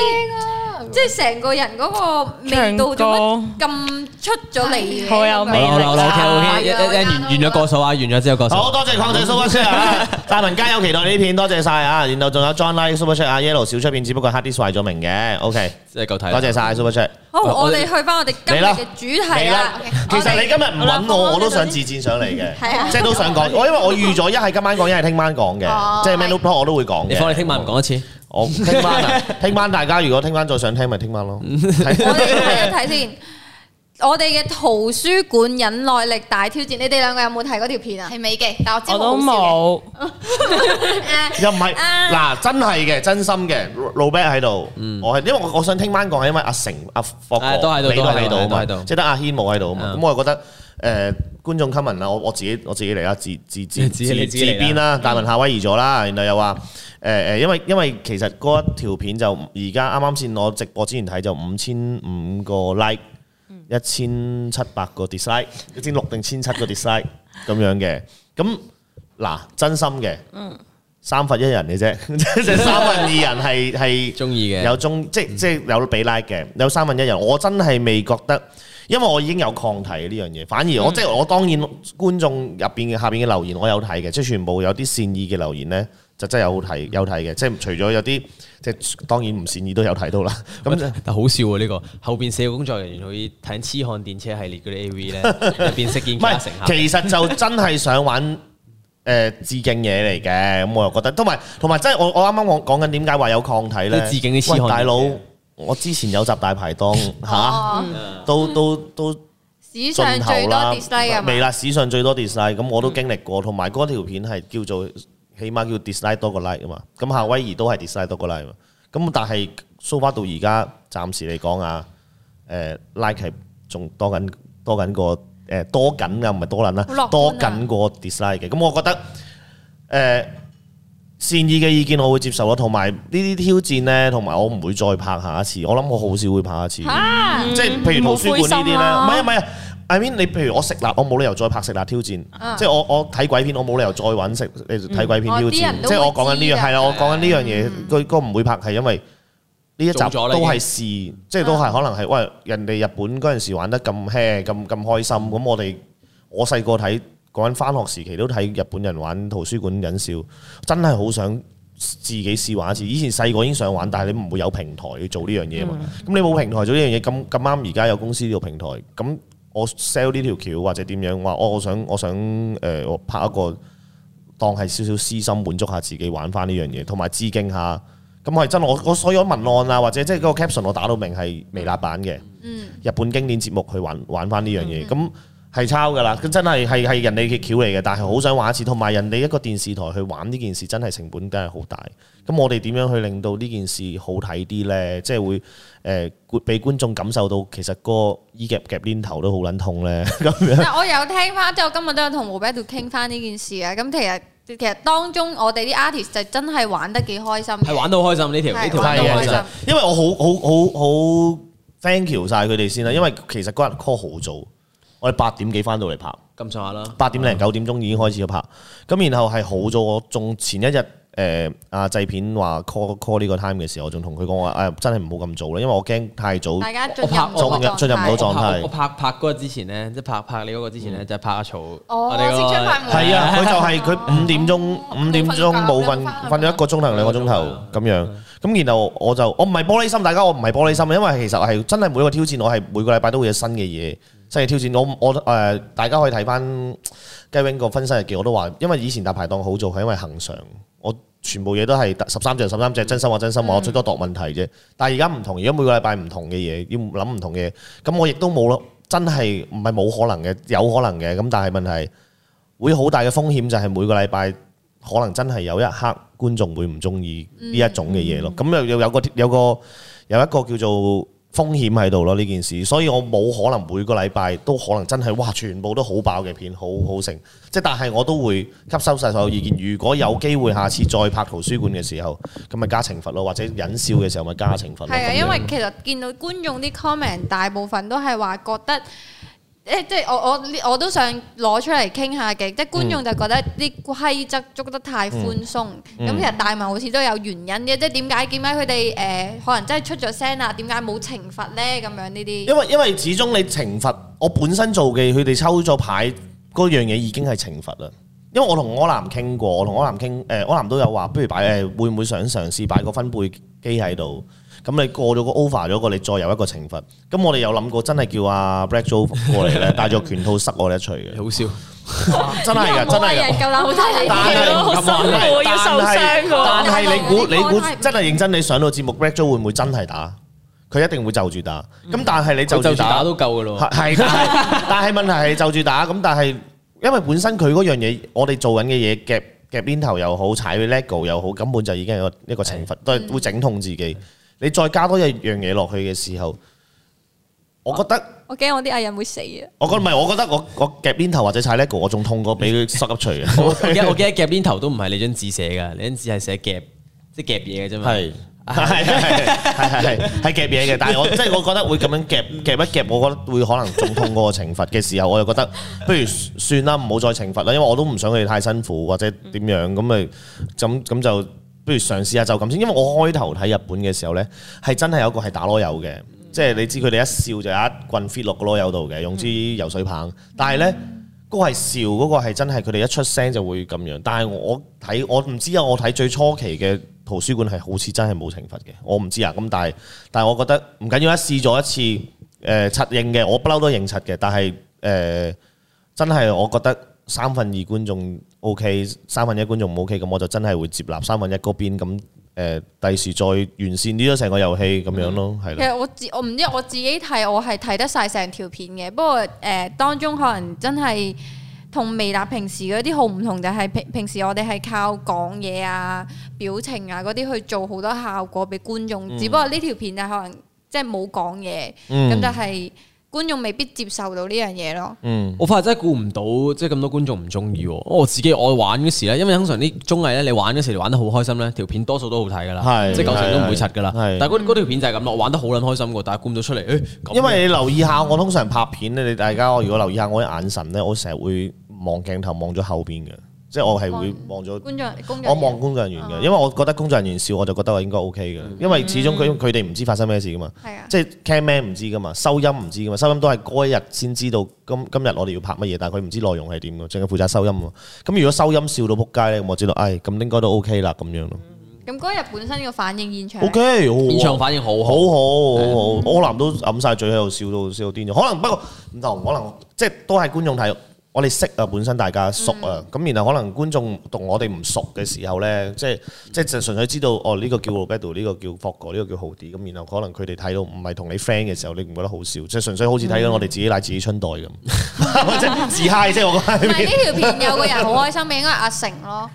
Speaker 2: 即係成個人嗰個味道做乜咁出咗嚟嘅？
Speaker 4: 好有
Speaker 1: 好
Speaker 4: 味
Speaker 1: 啦好啦
Speaker 4: 力
Speaker 1: ，OK
Speaker 4: 啊
Speaker 1: OK，一一一完完咗個數啊，完咗之後個數。
Speaker 3: 好多謝抗仔 Super Chat 啊！大文加油，期待呢片，多謝晒啊！然後仲有 John Like Super Chat 啊，Yellow 小出片，只不過 hard disk 壞咗明嘅，OK，
Speaker 1: 即係夠睇啦。
Speaker 3: 多謝晒 Super Chat。
Speaker 2: 好，
Speaker 1: 我
Speaker 2: 我
Speaker 1: 我
Speaker 2: 哋
Speaker 1: 哋
Speaker 2: 去翻我哋今日嘅主題
Speaker 3: 你
Speaker 2: 啦
Speaker 3: 啦。，其實你今日唔揾我，我都想自薦上嚟
Speaker 2: 係啊
Speaker 3: 嘅，即係都想講。我因為我預咗一係今晚講，一係聽晚講嘅，即係 Man Up 我都會講
Speaker 1: 你放你
Speaker 3: 嘅。
Speaker 1: 聽晚唔講一次，
Speaker 3: 我聽晚啊，聽晚大家如果聽晚再想聽，咪聽晚 咯。
Speaker 2: 我哋睇一睇先。我哋嘅圖書館忍耐力大挑戰，你哋兩個有冇睇嗰條片啊？
Speaker 5: 係美嘅，但我知
Speaker 4: 我都
Speaker 5: 好笑嘅。
Speaker 4: 冇。
Speaker 3: 又唔係
Speaker 2: 啊
Speaker 3: 嗱，真係嘅，真心嘅，Robert 喺度，我係因為我我想聽晚講係因為阿成、阿霍
Speaker 1: 嗯啊
Speaker 3: 哥
Speaker 1: 都喺度
Speaker 3: 你都喺度啊
Speaker 1: 都
Speaker 3: 嘛
Speaker 1: 喺度都喺度，
Speaker 3: 即係得阿軒冇喺度啊嘛，
Speaker 1: 嗯
Speaker 3: 咁我就覺得誒觀眾 comment 啦，我我自己我自己嚟啦，自自自
Speaker 1: 你 自
Speaker 3: 自
Speaker 1: 己嚟自己
Speaker 3: 自
Speaker 1: 嚟啊嗯啦
Speaker 3: 邊啦，大文夏威夷咗啦，然後又話誒誒，因為因為其實嗰一條片就而家啱啱先我直播之前睇就五千五個 like。一千七百個 dislike，一千六定千七個 dislike 咁樣嘅。咁嗱，真心嘅，
Speaker 1: 嗯
Speaker 3: 三分一人嘅啫， 即 係三分二人係係
Speaker 1: 中意嘅。嗯
Speaker 3: 有中，即即係有俾 like 嘅，有三分一人。我真係未覺得，因為我已經有抗體呢樣嘢。反而
Speaker 1: 嗯
Speaker 3: 我即係我當然觀眾入邊嘅下邊嘅留言我有睇嘅，即係全部有啲善意嘅留言呢，就真係有睇有睇嘅。即係除咗有啲即係當然唔善意都有睇到啦。咁就
Speaker 1: 咁但好笑喎呢個後邊四個工作人員去睇《痴漢電車》系列嗰啲 A V 咧， 入邊飾演其
Speaker 3: 唔
Speaker 1: 他
Speaker 3: 係
Speaker 1: 乘，客。
Speaker 3: 其實就真係想玩誒、呃致敬嘢嚟嘅，咁我又覺得，同埋同埋真係我我啱啱我講緊點解話有抗體咧？
Speaker 1: 都致敬啲痴漢
Speaker 3: 喂大佬
Speaker 1: 嘢，
Speaker 3: 我之前有集大排檔嚇、
Speaker 2: 哦，
Speaker 3: 都都都
Speaker 2: 史上
Speaker 3: 盡
Speaker 2: 最多
Speaker 3: 頭啦
Speaker 2: dislike 啊，嘛
Speaker 3: 未？啦，史上最多 dislike，咁我都經歷
Speaker 2: 嗯
Speaker 3: 過，同埋嗰條片係叫做起碼叫 dislike 多過 like 啊嘛，咁夏威夷都係 dislike 多過 like 啊嘛，咁但係 so far 到而家暫時嚟講啊，誒、like 係仲多緊多緊過誒、多緊啊，唔係多撚
Speaker 2: 好樂觀
Speaker 3: 啦
Speaker 2: 啊，
Speaker 3: 多緊過 dislike 嘅，咁我覺得誒。善意嘅意見我會接受咯，同埋呢啲挑戰呢，同埋我唔會再拍下一次，我諗我好少會拍一次。
Speaker 2: 啊，
Speaker 3: 即係譬如圖書館呢啲
Speaker 4: 唔好灰心
Speaker 3: 咧，唔係
Speaker 4: 啦
Speaker 3: 啊唔係啊，I mean 你譬如我食辣，我冇理由再拍食辣挑戰，即係我我睇鬼片，我冇理由再揾食呃睇鬼片挑
Speaker 2: 啊哦
Speaker 3: 戰，
Speaker 2: 啲人都
Speaker 3: 即係
Speaker 2: 會
Speaker 3: 我講緊呢
Speaker 2: 知㗎
Speaker 3: 樣
Speaker 2: 啊嗯
Speaker 3: 係啊啦，我講緊呢樣嘢，佢佢唔會拍係因為。呢一集
Speaker 1: 做
Speaker 3: 都
Speaker 1: 咗啦已經
Speaker 3: 係試，即係都係可能係喂人哋日本嗰陣時玩得咁 hea 咁咁開
Speaker 1: 嗯
Speaker 3: 心，咁我哋我細個睇講緊翻學時期都睇日本人玩圖書館忍笑，真係好想自己試玩一次。以前細個已經想玩，但係你唔會有平台去做呢樣嘢嘛。咁、你冇平台做呢樣嘢，咁咁啱而家有公司呢個平台，咁我 sell 呢條橋或者點樣話，哦我我想我想誒、呃我拍一個當係少少私心滿足下自己玩翻呢樣嘢，同埋致敬下。誒、咁我係真我我所有文案啊，或者即係嗰個 caption 我打到明係微辣版嘅，日本經典節目去玩玩翻呢樣嘢，咁係抄㗎啦，咁真係係係人哋嘅橋嚟嘅，但係好想玩一次，同埋人哋一個電視台去玩呢件事，真係成本真係好大。咁我哋點樣去令到呢件事好睇啲呢？即係會誒俾、觀眾感受到其實個衣夾夾黏頭都好撚痛呢。 咁樣
Speaker 2: 但我有聽翻，即係我今日都有同毛 b 度傾翻呢件事啊。咁其實其實當中我哋啲 artist 就真係玩得幾開心嘅，
Speaker 1: 係玩到開心呢條
Speaker 2: 係
Speaker 1: 呢條
Speaker 2: 玩
Speaker 1: 真
Speaker 3: 到
Speaker 1: 係啊
Speaker 3: 開
Speaker 2: 心
Speaker 3: 啊因為我好好好好 thank you 晒佢哋先啦，因為其實嗰日 call 好早，我哋八點幾翻到嚟拍。
Speaker 1: 咁上下啦。
Speaker 3: 八點零九點鐘已經開始咗拍，咁然後係好早，我仲前一日誒阿製片話 call call 呢個 time 嘅時候，我仲同佢講話誒真係唔好咁早啦，因為我驚太早。
Speaker 2: 大家進入
Speaker 1: 我拍
Speaker 2: 嗰個
Speaker 3: 我進入
Speaker 2: 狀態
Speaker 3: 唔到
Speaker 1: 我
Speaker 3: 狀態嗯
Speaker 1: 拍我拍拍嗰日之前咧，即係拍拍你嗰個之前咧，就係拍阿曹。
Speaker 5: 哦
Speaker 1: 我哋嗰個
Speaker 5: 即將拍
Speaker 3: 係啊，佢就係佢五 點鐘五點鐘冇瞓，瞓咗一個鐘頭兩個鐘頭咁樣。咁然後我就我唔係玻璃心，大家我唔係玻璃心，因為其實係真係每個挑戰，我係每個禮拜都會有新嘅嘢，新嘅挑戰。我我誒、呃大家可以睇翻雞 wing 個分身日記，我都話，因為以前大排檔好做係因為恒常，我全部嘢都係十三隻十三隻，真心話真心話，我最多度問題啫。但係而家唔同，而家每個禮拜唔同嘅嘢，要諗唔同嘅嘢。咁我亦都冇咯，真係唔係冇可能嘅，有可能嘅。咁但係問題係會好大嘅風險就係每個禮拜可能真係有一刻觀眾會唔中意呢一種嘅嘢
Speaker 2: 嗯
Speaker 3: 咯。咁又又有個有個有一個叫做風險喺度咯呢件事，所以我冇可能每個禮拜都可能真係哇全部都好爆嘅片，好好成。即係但係我都會吸收晒所有意見。如果有機會下次再拍圖書館嘅時候，咁咪加懲罰咯，或者忍笑嘅時候咪加懲罰咯。
Speaker 2: 係啊，
Speaker 3: 咁樣
Speaker 2: 因為其實見到觀眾啲 comment 大部分都係話覺得。誒即係我我我都想攞出嚟傾下嘅，即係觀眾就覺得啲規則捉得太寬鬆，咁、
Speaker 3: 嗯
Speaker 2: 其實大文好似都有原因嘅，即係點解點解佢哋誒可能真係出咗聲啦，點解冇懲罰咧咁樣呢啲？
Speaker 3: 因為因為始終你懲罰我本身做嘅，佢哋抽咗牌嗰樣嘢已經係懲罰啦。因為我同柯南傾過，我同柯南傾，誒、柯南都有話，不如擺誒、會唔會想嘗試擺個分貝機喺度？咁你過咗個 over 咗個，你再有一個懲罰。咁我哋有諗過，真係叫阿 Black Joe 過 嚟咧，戴咗拳套塞我哋一錘
Speaker 1: 你好笑，
Speaker 3: 嘅，真係嘅，真
Speaker 2: 冇
Speaker 3: 係
Speaker 2: 人
Speaker 3: 嘅。
Speaker 2: 哎夠膽好睇
Speaker 4: 啊
Speaker 3: 但係
Speaker 4: 好辛苦，要受傷
Speaker 3: 但
Speaker 4: 噶。
Speaker 3: 係你估
Speaker 2: 但係
Speaker 3: 你估
Speaker 2: 但係
Speaker 3: 真係認真，你上到節目 Black Joe 會唔會真係打？佢一定會就住打。
Speaker 4: 嗯
Speaker 3: 咁但係你
Speaker 1: 就
Speaker 3: 就
Speaker 1: 就
Speaker 3: 住打
Speaker 1: 打。都夠噶咯。
Speaker 3: 係，係， 但係但係問題係就住打咁，但係因為本身佢嗰樣嘢，我哋做緊嘅嘢夾夾邊頭又好，踩 lego 又好，根本就已經係一個一個懲罰，都係會整痛自己。你再加多一樣嘢落去嘅時候，我覺得。
Speaker 2: 我驚我啲藝人會死啊！
Speaker 3: 我覺得唔係，我覺得我我夾邊頭或者踩 lego，我仲痛過俾佢塞入除 嘅。
Speaker 1: 我記得我記得夾邊頭都唔係你張紙寫噶，你張紙係寫夾，即係夾嘢嘅啫嘛。
Speaker 3: 係係係係係係夾嘢嘅，但係我即係我覺得會咁樣夾夾一夾，我覺得會可能仲痛過個懲罰嘅時候，我就覺得不如算啦，唔好再懲罰啦，因為我都唔想佢哋太辛苦或者點樣咁咪咁咁就不如嘗試下就咁先，因為我開頭睇日本嘅時候呢，係真係有個係打籮柚嘅，即係你知佢哋一笑就有一棍 fit 落個籮柚度嘅，用支游水棒，但係呢。嗰個係笑，嗰、個係真係佢哋一出聲就會咁樣。但係我睇，我唔知啊。我睇最初期嘅圖書館係好似真係冇懲罰嘅，我唔知啊。咁但係，但係我覺得唔緊要啦，試咗一次誒柒認嘅，我不嬲都認柒嘅。但係誒、呃真係我覺得三分二觀眾 OK，三分一觀眾唔 OK，咁我就真係會接納三分一嗰邊咁誒，第、時再完善呢咗成個遊戲咁樣咯，係
Speaker 2: 其
Speaker 3: 啦。
Speaker 2: 實我自我唔知我自己睇我係睇得晒成條片嘅，不過誒、呃、當中可能真係同微辣平時嗰啲好唔同，就係、平平時我哋係靠講嘢啊、表情啊嗰啲去做好多效果俾觀眾，只不過呢條片就啊可能即係冇講嘢，咁、
Speaker 3: 嗯
Speaker 2: 就係觀眾未必接受到呢樣嘢咯。
Speaker 3: 嗯，
Speaker 1: 我發覺真係估唔到，即係咁多觀眾唔中意喎。我自己我玩嗰時咧，因為通常啲綜藝咧，你玩嗰時你玩得好開心咧，條片多數都好睇噶啦，
Speaker 3: 係
Speaker 1: 即係九成都唔會柒噶啦。
Speaker 3: 係
Speaker 1: 但係嗰嗰條片就係咁咯，我玩得好撚開心噶，但係估唔到出嚟，誒咁
Speaker 3: 因為你留意下，我通常拍片咧，你大家如果留意下我啲眼神咧，我成日會望鏡頭望咗後邊嘅，即係我係會望咗。
Speaker 2: 觀眾工作
Speaker 3: 嗯我望工作人員嘅，因為我覺得工作人員笑，我就覺得我應該 O K 嘅，因為始終佢佢哋唔知發生咩事噶嘛，
Speaker 2: 係啊，
Speaker 3: 即係 camman 唔知噶嘛，收音唔知噶嘛，收音都係嗰一日先知道今今日我哋要拍乜嘢，但係佢唔知內容係點嘅，淨係負責收音喎。咁如果收音笑到仆街咧，咁我知道，唉，咁應該都 O K 啦，咁樣咯。
Speaker 2: 咁嗰日本身個反應現場
Speaker 3: O K，
Speaker 1: 現
Speaker 3: 好
Speaker 1: 場
Speaker 3: 啊
Speaker 1: 反應好
Speaker 3: 好
Speaker 1: 好。
Speaker 3: 好好好，柯南都揞晒嘴喺度笑到笑到癲咗。可能不過唔同，可能即係都係觀眾睇我哋識啊，本身大家熟啊，
Speaker 1: 嗯
Speaker 3: 咁、然後可能觀眾同我哋唔熟嘅時候咧，即係即係就純粹知道哦，呢、個叫 Roberto，呢個叫 Fog 哥，呢個叫豪啲，咁然後可能佢哋睇到唔係同你 friend 嘅時候，你唔覺得好笑，即係純粹好似
Speaker 1: 嗯
Speaker 3: 睇緊我哋自己奶自己春 袋咁， 即係自嗨，即係我覺得
Speaker 2: 唔係呢條片有個人好開心嘅，應該係阿成咯。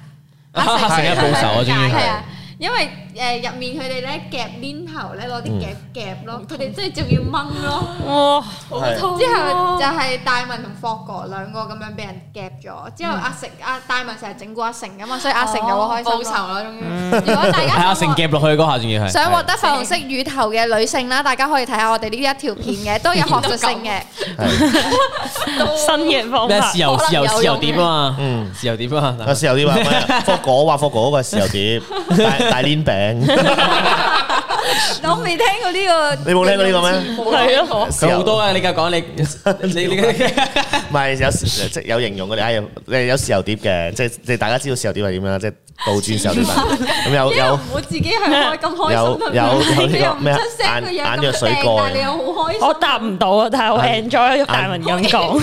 Speaker 1: 成日報仇啊，終於
Speaker 2: 係
Speaker 1: 係。
Speaker 2: 啊，因為誒入面佢哋咧夾鏈頭咧攞啲夾夾咯，佢哋即係仲要掹咯。
Speaker 4: 哇！
Speaker 2: 之後就係大文同霍哥兩個咁樣俾人夾咗，之後阿成阿大文成日整蠱阿成噶嘛，所以阿
Speaker 5: Ờ.
Speaker 2: 成就好開心
Speaker 5: 報
Speaker 2: 咯
Speaker 5: 仇啦，終於。
Speaker 2: 如果大
Speaker 1: 係
Speaker 2: 家
Speaker 1: 阿成
Speaker 2: 想獲
Speaker 1: 夾落去嗰下，仲要係。
Speaker 2: 想獲
Speaker 1: 係
Speaker 2: 得粉紅色乳頭嘅女性啦，大家可以睇下我哋呢一條片嘅，都有學術性嘅。
Speaker 4: 新嘅方
Speaker 1: 咩
Speaker 4: 法
Speaker 1: 豉，油豉
Speaker 5: 可能
Speaker 1: 油
Speaker 5: 有
Speaker 1: 豉油碟啊嘛，
Speaker 3: 嗯
Speaker 1: 豉油碟啊嘛
Speaker 3: 啊，。豉 油碟啊，霍哥話霍哥嗰個豉油碟，大大 鏈餅，
Speaker 2: 我未聽過呢個，
Speaker 3: 你冇聽過呢個咩？
Speaker 4: 係咯，
Speaker 1: 佢好多啊！你繼續講，你你你你
Speaker 3: 唔係 有時即係有形容嗰啲，哎呀誒有豉油碟嘅，即係即係大家知道豉油碟係點樣啦，即係倒轉 豉油碟法咁有有
Speaker 2: 我自己係開咁開
Speaker 3: 有
Speaker 2: 心，
Speaker 3: 有有
Speaker 2: 你
Speaker 3: 呢
Speaker 2: 又
Speaker 3: 個
Speaker 2: 唔
Speaker 3: 咩啊
Speaker 2: 出聲，佢
Speaker 3: 眼
Speaker 2: 又
Speaker 3: 眼藥
Speaker 2: 咁
Speaker 3: 水
Speaker 2: 定，
Speaker 3: 蓋
Speaker 2: 但係你又好開心。
Speaker 4: 我答唔到啊，但係我 enjoy 大文咁講，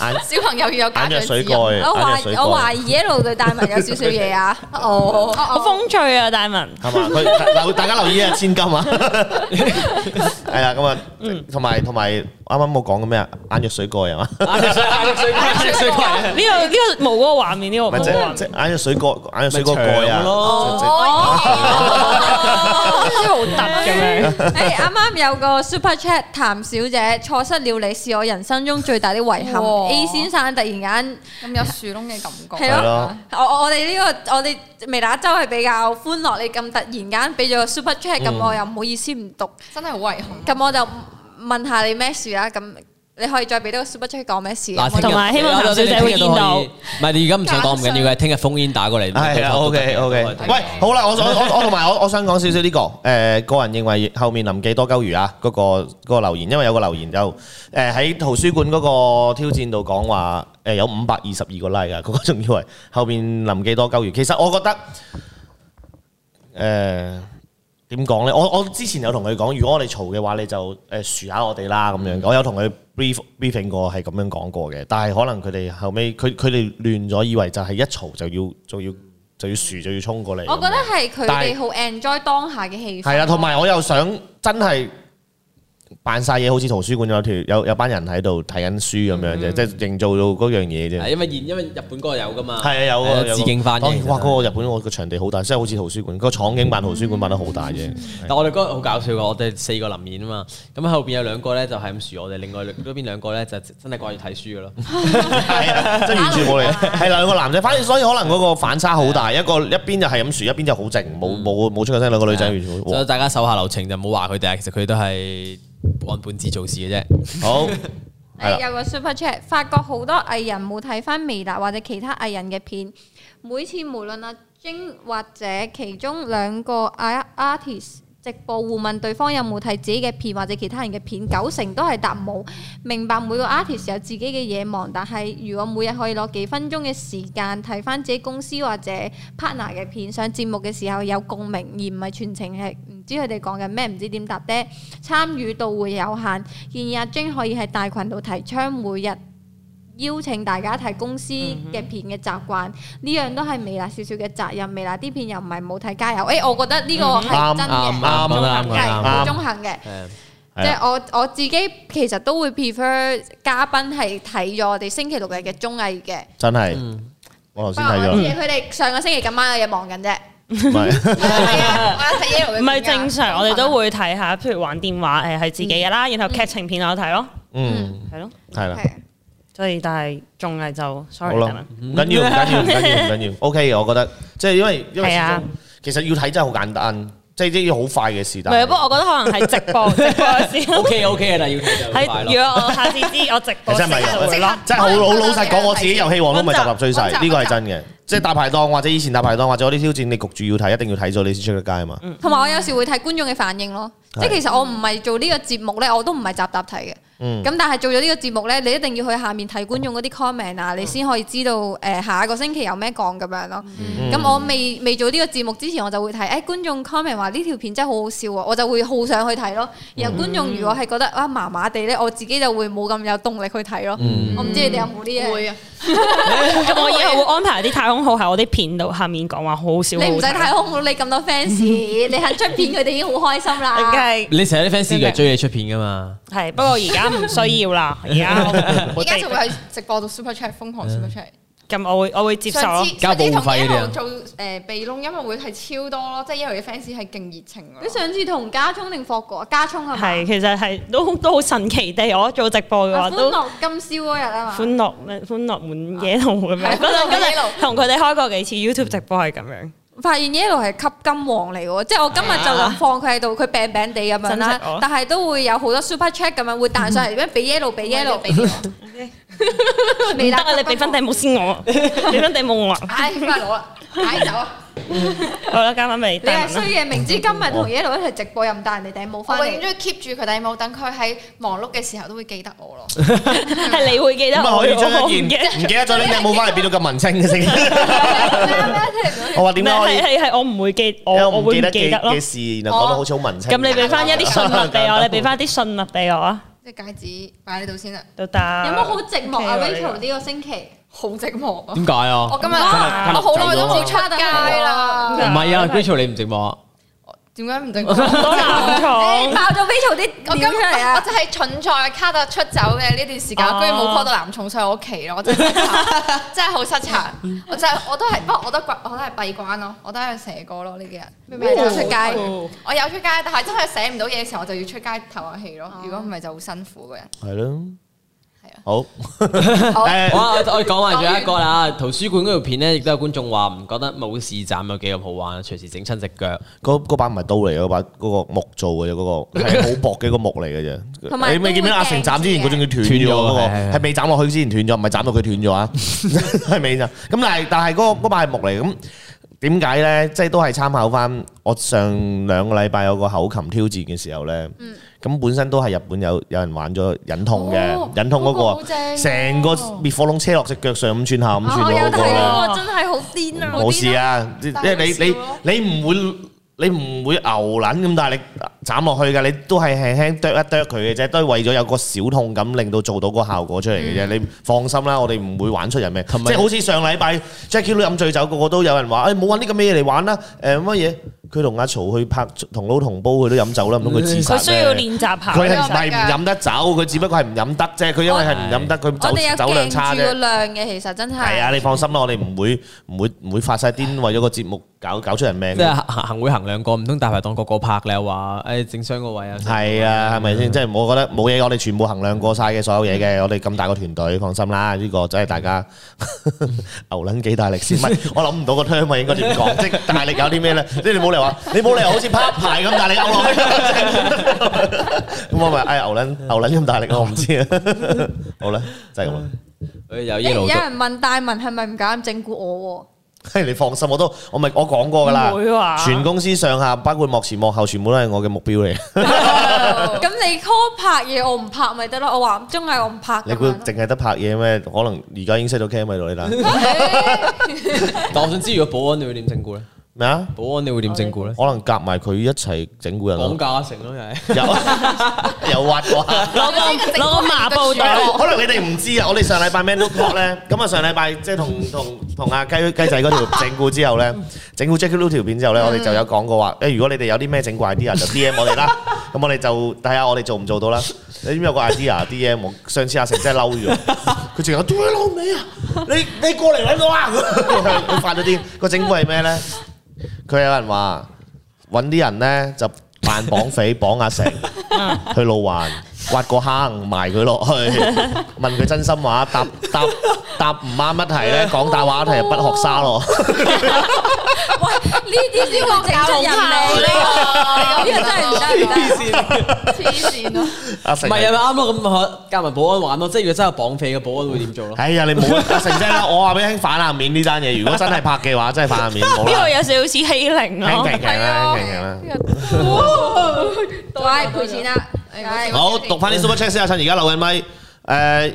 Speaker 3: 眼
Speaker 5: 小朋友要有家
Speaker 3: 眼
Speaker 5: 長
Speaker 3: 藥水
Speaker 5: 指引。
Speaker 3: 蓋，
Speaker 2: 我
Speaker 3: 眼藥
Speaker 2: 懷
Speaker 3: 水
Speaker 2: 我
Speaker 3: 蓋
Speaker 2: 懷疑一路對大文有少少嘢啊！哦，
Speaker 4: 我風趣啊，大文。
Speaker 3: 係嘛？佢留大家留意啊，千金啊， 係啦咁啊，
Speaker 2: 嗯
Speaker 3: 同埋同埋啱啱我講嘅咩啊？眼藥水蓋係嘛？
Speaker 1: 眼藥水眼藥水眼藥水
Speaker 4: 呢個呢個冇嗰個畫面，呢
Speaker 2: 哦
Speaker 4: 個冇
Speaker 3: 咪即
Speaker 2: 啊
Speaker 4: 畫面
Speaker 3: 即眼藥水蓋眼藥水嗰個蓋
Speaker 1: 長咯
Speaker 3: 啊！
Speaker 4: 好似好突咁樣。
Speaker 2: 誒啱啱有個 super chat 譚小姐錯失了你是我人生中最大的遺憾。
Speaker 5: 哇
Speaker 2: A 先生突然間
Speaker 5: 咁有樹窿嘅感覺。
Speaker 2: 係啊
Speaker 3: 係咯
Speaker 2: 咯，我我我哋呢個我哋微辣周係比較歡樂，你咁突然間俾咗個 super chat，咁我又唔好意思唔讀，
Speaker 5: 真係好遺憾。
Speaker 2: 咁我就問下你咩事啦，咁你可以再俾多個 super chat 講咩事。
Speaker 1: 嗱，聽日
Speaker 4: 同埋希望
Speaker 1: dạ,
Speaker 4: 譚小姐會見到
Speaker 1: 唔係你而家唔想講唔緊要嘅，聽日封煙打過嚟。
Speaker 3: 係啊，OK OK。喂，
Speaker 1: Dạ,
Speaker 3: 好啦，我想我我同埋我我想講少少呢個誒個人認為後面林記多鳩魚啊嗰個嗰個留言，因為有個留言就誒喺圖書館嗰個挑戰度講話誒有五百二十二個 like 啊，嗰個仲以為後面林記多鳩魚，其實我覺得。誒點講呢？我我之前有同佢講，如果我哋嘈嘅話，你就誒樹下我哋啦咁樣。我有同佢 brief briefing 過，係咁樣講過嘅。但係可能佢哋後尾，佢佢哋亂咗，以為就係一嘈就要就要就要樹就要衝過嚟。
Speaker 2: 我覺得係佢
Speaker 3: 但係
Speaker 2: 哋好 enjoy 當下嘅氣氛。
Speaker 3: 係啦，同埋我又想真係扮晒嘢，好似圖書館有條有有班人喺度睇緊書咁樣啫，即係營造到嗰樣嘢啫。
Speaker 1: 因為現因為日本嗰個有噶嘛。
Speaker 3: 係啊，有個有個
Speaker 1: 啊致敬翻
Speaker 3: 當然
Speaker 1: 嘅。
Speaker 3: 哇！嗰個日本我個場地好大，即係好似圖書館，個廠景扮圖書館扮得好大啫。
Speaker 1: 但我哋嗰日好搞笑噶，我哋四個臨演啊嘛，咁後邊有兩個咧就係咁樹我哋，另外嗰邊兩個咧就真係掛住睇書噶咯。
Speaker 3: 係啊，真係完全冇嚟，係兩個男仔，反正所以可能嗰個反差好大，一個一邊就係咁啊嗯樹，一邊就好靜，冇冇冇出過聲，兩個女仔完全冇
Speaker 1: 所以大家手下留情就唔好話佢哋啊，其實佢都係按本子做事嘅啫。
Speaker 3: 好係
Speaker 2: 誒
Speaker 3: 啦，
Speaker 2: 有個 super chat，發覺好多藝人冇睇翻微辣或者其他藝人嘅片，每次無論阿晶或者其中兩個 art- artist 直播互問對方有冇睇自己嘅片或者其他人嘅片，九成都係答冇。明白每個 artist 有自己嘅嘢忙，但係如果每日可以攞幾分鐘嘅時間睇翻自己公司或者 partner 嘅片，上節目嘅時候有共鳴，而唔係全程係唔知佢哋講緊咩，唔知點答啫。參與度會有限。建議阿 Jane 可以喺大群度提倡每日邀請大家睇公司嘅片嘅習慣，呢、樣都係微辣少少嘅責任。微辣啲片又唔係冇睇加油，誒、我覺得呢個係真
Speaker 1: 啱啱
Speaker 2: 嘅，
Speaker 1: 啱啱
Speaker 2: 係
Speaker 1: 啱
Speaker 2: 好
Speaker 3: 啱
Speaker 2: 中肯嘅。
Speaker 1: 誒
Speaker 3: 係
Speaker 2: 即
Speaker 3: 啊
Speaker 2: 係我我自己其實都會 prefer 嘉賓係睇咗我哋星期六日嘅綜藝嘅，
Speaker 3: 真
Speaker 1: Ừ.
Speaker 3: 係我頭
Speaker 2: 不
Speaker 3: 先
Speaker 2: 過
Speaker 3: 睇
Speaker 2: 我知
Speaker 3: 咗，
Speaker 2: 佢哋上個星期咁晚有嘢忙緊啫。
Speaker 3: 唔係
Speaker 2: 啊
Speaker 5: 我有睇 yellow 嘅片㗎
Speaker 4: 唔係正常，我哋都。會睇下，譬如玩電話誒係自己嘅啦，然後劇情片啊我睇咯，
Speaker 3: 嗯
Speaker 4: 係咯，
Speaker 3: 係啦，
Speaker 2: 係啊
Speaker 4: 所以但係綜藝就
Speaker 3: 好
Speaker 4: sorry 大
Speaker 3: 啦
Speaker 4: 文，，
Speaker 3: 唔緊要唔緊要唔緊要唔緊要，OK 嘅，我覺得即係因為因為始
Speaker 4: 係
Speaker 3: 終
Speaker 4: 啊
Speaker 3: 其實要睇真係好簡單，即係啲要好快嘅事，
Speaker 4: 唔
Speaker 3: 但
Speaker 4: 係
Speaker 3: 係
Speaker 4: 不過我覺得可能係直播直播嘅時候，
Speaker 1: ，OK OK 嘅啦，要睇就
Speaker 4: 係
Speaker 1: 快
Speaker 4: 如
Speaker 1: 咯。
Speaker 4: 果我下次知我直
Speaker 3: 其
Speaker 4: 播
Speaker 3: 實
Speaker 4: 先啊
Speaker 3: 唔係啊
Speaker 4: 就會咯
Speaker 3: 嘅，。真係好老
Speaker 4: 啊
Speaker 3: 老實講，我自己遊戲王都唔係集集追
Speaker 5: 溫習
Speaker 3: 晒，
Speaker 5: 溫習
Speaker 3: 呢個係真嘅。即係大排檔或者以前大排檔或者我啲挑戰，你焗住要睇，一定要睇咗你先出得街啊嘛。
Speaker 2: 同埋我有時會睇觀眾嘅反應咯，即
Speaker 3: 係
Speaker 2: 係其實我唔係做呢個節目咧，我都唔係集集睇嘅，
Speaker 4: 嗯
Speaker 3: 嗯
Speaker 2: 咁但係做咗呢個節目咧，你一定要去下面睇觀眾嗰啲 comment 啊，你先可以知道誒、呃下個星期有咩講咁樣咯。咁、我未未做呢個節目之前，我就會睇誒、哎、觀眾 comment 話呢條片真係好好笑喎，我就會好想去睇咯。然後觀眾如果係覺得啊麻麻地咧，我自己就會冇咁有動力去睇咯。我唔知你哋有冇呢樣？
Speaker 5: 會啊，
Speaker 4: 咁我以後會安排啲太空號喺我啲片度下面講話，好好笑。
Speaker 2: 你唔使
Speaker 4: 好好睇
Speaker 2: 睇啊空你咁多 fans，你肯出片佢哋已經好開心
Speaker 4: 梗
Speaker 2: 啦。
Speaker 4: 係
Speaker 1: 你成日啲 fans 嘅追你出片噶嘛？
Speaker 4: 係，不過而家唔需要啦。而家我
Speaker 5: 而家就會喺直播度 super chat 瘋
Speaker 3: 嗯
Speaker 5: 狂 super chat。
Speaker 4: 咁，我會我會接受
Speaker 5: 上
Speaker 4: 咯
Speaker 5: 次。
Speaker 1: 交
Speaker 5: 上次
Speaker 1: 保護
Speaker 5: 同
Speaker 1: 費嗰啲啊
Speaker 5: 一路做誒鼻窿音樂會係超多咯，即係一路嘅 fans 係勁熱情㗎
Speaker 2: 你上次同家聰定霍哥啊？家聰係
Speaker 4: 係
Speaker 2: 咪？
Speaker 4: 其實係都 都好神奇地，我做直播嘅
Speaker 2: 啊
Speaker 4: 話
Speaker 2: 歡
Speaker 4: 都。
Speaker 2: 樂今宵嗰日啊嘛。
Speaker 4: 歡樂咩？歡樂滿野路咁樣，
Speaker 5: 係
Speaker 4: 嗰度
Speaker 5: 歡樂
Speaker 4: 嗰
Speaker 5: 滿野路
Speaker 4: 度同佢哋開過幾次 YouTube 直播係咁樣，
Speaker 2: 發現 Yellow 係吸金王嚟喎，即係我今日就咁放佢喺度，佢病病地咁樣
Speaker 4: 珍
Speaker 2: 啦
Speaker 4: 惜我，
Speaker 2: 但係都會有好多 super chat 咁樣會彈上嚟，咩俾 Yellow 俾 Yellow 俾 Yellow，
Speaker 4: 唔得啊！你俾分底冇先 我，俾分底冇我啊，
Speaker 5: 唉，翻攞啦，擺走啊！
Speaker 4: 好啦，交翻俾
Speaker 2: 你
Speaker 4: 大
Speaker 2: 係
Speaker 4: 文啦
Speaker 2: 衰。嘅，明知今日同 Yellow 一齊直播又唔帶人哋頂帽
Speaker 5: 我
Speaker 2: 翻
Speaker 5: 永遠都
Speaker 2: 嚟，
Speaker 5: 要 keep 住佢哋冇，等佢喺忙碌嘅時候都會記得 我咯。
Speaker 4: 係你會記得
Speaker 3: 咁啊
Speaker 4: 我，
Speaker 3: 可以
Speaker 4: 我
Speaker 3: 將
Speaker 4: 唔記
Speaker 3: 一
Speaker 4: 得
Speaker 3: 件唔記得咗拎頂帽翻嚟變到咁文青嘅先。我話點解可以
Speaker 4: 係？係係，我唔會記，我
Speaker 3: 因為
Speaker 4: 我
Speaker 3: 唔
Speaker 4: 會
Speaker 3: 記
Speaker 4: 唔
Speaker 3: 得
Speaker 4: 記得咯
Speaker 3: 嘅。事，然後講到好似好文青。
Speaker 4: 咁你俾翻一啲信物俾我，你俾 翻啲信物俾我啊，
Speaker 5: 即係戒指擺喺度先啦，
Speaker 4: 都得。有
Speaker 2: 有冇好寂寞啊
Speaker 4: OK 啊
Speaker 2: Rachel 呢個星期？
Speaker 5: 好寂寞啊！
Speaker 1: 點解啊？
Speaker 5: 我今日
Speaker 1: 啊
Speaker 5: 我好耐都冇出街
Speaker 1: 唔
Speaker 5: 啦，
Speaker 1: 係啊，Rachel 你唔寂寞啊？
Speaker 5: 點解唔正
Speaker 4: 多男
Speaker 2: 誒
Speaker 4: 寵？
Speaker 2: 爆咗 Rachel
Speaker 5: 我
Speaker 2: 啲
Speaker 5: 今日
Speaker 2: 料出嚟
Speaker 5: 我
Speaker 2: 啊！
Speaker 5: 真係蠢在卡特出走嘅呢段時間，
Speaker 4: 哦
Speaker 5: 我居然冇 call 到男重上我屋企咯，我真係 失策真係好失策。我真係我都係，不過我都關我都係閉關咯，我都係寫歌咯呢幾日。
Speaker 2: 明明有出街，
Speaker 4: 哦
Speaker 5: 我有出街，但係真係寫唔到嘢嘅時候，我就要出街唞下氣
Speaker 4: 哦
Speaker 5: 咯。如果唔係就好辛苦個人。
Speaker 3: 係咯，
Speaker 5: 係啊
Speaker 3: 好。
Speaker 5: 好
Speaker 3: 誒
Speaker 1: 哇！我我講埋最後一個啦，圖書館嗰條片咧，亦都有觀眾話唔覺得冇市站有幾咁好玩，隨時整親只腳。
Speaker 3: 嗰嗰把唔係刀嚟嘅，嗰把嗰個木做嘅啫，嗰個係好薄嘅個木嚟嘅
Speaker 2: 同埋
Speaker 3: 啫。
Speaker 2: 都
Speaker 3: 你咪見唔見阿成斬之前嗰種斷
Speaker 1: 嘅
Speaker 3: 咗嗰個，
Speaker 1: 斷咗係係係
Speaker 3: 係未斬落去之前斷咗，唔係斬到佢斷咗啊， 係未咋。咁但係但係嗰個嗰把係木嚟，咁點解咧？即係都係參考翻我上兩個禮拜有個口琴挑戰嘅時候咧，咁本身都係日本有有人玩咗忍痛
Speaker 5: 哦
Speaker 3: 嘅，忍痛嗰
Speaker 5: 嗰個好
Speaker 3: 個
Speaker 5: 正啊
Speaker 3: 成個滅火龍車落只腳上五寸下五寸
Speaker 2: 我
Speaker 3: 咗
Speaker 2: 哦有
Speaker 3: 嗰個
Speaker 2: 睇
Speaker 3: 啦。
Speaker 2: 喎，真係好癲啊！好癲
Speaker 3: 冇事！啊，即即
Speaker 5: 但
Speaker 3: 係
Speaker 5: 係好笑咯
Speaker 3: 你你你唔會你唔會牛撚咁，但係你斬落去㗎，你都係輕輕啄一啄佢嘅啫，都係為咗有個小痛感，令到做到個效果出嚟
Speaker 4: Ừ.
Speaker 3: 嘅啫。你放心啦，我哋唔會玩出人命。即
Speaker 1: 同埋
Speaker 3: 係好似上禮拜 Jackie 都飲醉酒，個個都有人話：，誒冇玩呢咁嘅嘢嚟玩啦！誒乜嘢？佢同阿曹去拍同撈同煲，佢都飲酒啦，唔通佢自殺
Speaker 4: Ừ，佢
Speaker 3: 咩？
Speaker 4: 需要練習下。
Speaker 3: 佢係唔係唔飲得酒？佢只不過係唔飲得啫。佢因為係唔飲得，佢
Speaker 2: 啊我哋有
Speaker 3: 酒酒量差
Speaker 2: 鏡住
Speaker 3: 啫
Speaker 2: 個。量嘅，其實真
Speaker 3: 係
Speaker 2: 係
Speaker 3: 啊，你放心啦，我哋唔會唔會唔會發晒癲，為咗個節目搞搞出人命
Speaker 1: 即。係行行會衡量過，唔通大排檔個個拍你話誒整傷個位啊？
Speaker 3: 係啊，係咪先？即係我覺得冇嘢，我哋全部衡量過晒嘅所有嘢嘅，我哋咁大個團隊，放心啦，呢個真係大家 牛撚幾大力先。唔係，我諗唔到個 term 啊應該點講，即係大力有啲咩咧？即係你冇理由話，你冇理由好似拍牌咁大力牛落去，咁我咪唉牛撚牛撚咁大力，我唔知啊。好啦，就係咁啦。
Speaker 1: 誒有
Speaker 2: 誒
Speaker 1: yellow
Speaker 2: 有
Speaker 1: 到
Speaker 2: 人問大文係咪唔敢整蠱我 喎？
Speaker 3: 你放心，我都我咪我講過㗎啦
Speaker 4: 唔會話，
Speaker 3: 全公司上下包括幕前幕後，全部都係我嘅目標嚟。
Speaker 2: 咁你 call 拍嘢，我唔拍咪得咯。我話綜藝我唔拍
Speaker 3: 你
Speaker 2: 咁
Speaker 3: 估
Speaker 2: 樣咯。
Speaker 3: 淨係得拍嘢咩？可能而家已經識到 cam 喺度你啦。
Speaker 1: 但我想知如果保安你會點整蠱咧？
Speaker 3: 咩啊？
Speaker 1: 保安你會點整蠱咧？
Speaker 3: 可能夾埋佢一齊整蠱人
Speaker 1: 講
Speaker 3: 咯，
Speaker 1: 價成咯，又係。
Speaker 3: 有 有挖過。
Speaker 4: 攞 個攞個麻布袋，
Speaker 3: 可能你哋唔知啊，我哋上禮拜 Man Talk 咧，咁啊上禮拜即係同同同阿雞雞仔嗰條整蠱之後咧，整蠱 Jackie Lou 條片之後咧，我哋就有講過話，誒如果你哋有啲咩整怪 idea 就 DM 我哋啦，咁我哋就睇下我哋做唔做到啦。你知唔知有個 idea DM 我？上次阿成真係嬲咗，佢仲有屌你老味啊！你你過嚟揾我啊！佢發咗癲。個整蠱係咩咧？佢有人話揾啲人咧就扮綁匪綁阿成。去路環挖個坑埋佢落去，問佢真心話，答答答唔啱一題咧，講大話一題就不學沙咯。
Speaker 2: 呢啲先會整出人嚟， 呢個真係唔得唔得。
Speaker 5: 黐線咯！
Speaker 3: 阿成
Speaker 1: 唔係啊，咪啱咯，咁可夾埋保安玩咯。即係如果真係綁匪嘅保安會點做咯？
Speaker 3: 哎呀，你冇阿成姐啦，我話俾你聽反下面呢單嘢，如果真係拍嘅話，真係反下面冇
Speaker 4: 呢個
Speaker 3: 啦。
Speaker 4: 有少少似欺凌
Speaker 3: 輕
Speaker 4: 咯。
Speaker 3: 啊平平啦，輕平平啦。
Speaker 2: 啊 喂，賠錢啦！唉
Speaker 3: 好，讀翻啲 super check 先啊！趁而家留緊咪，誒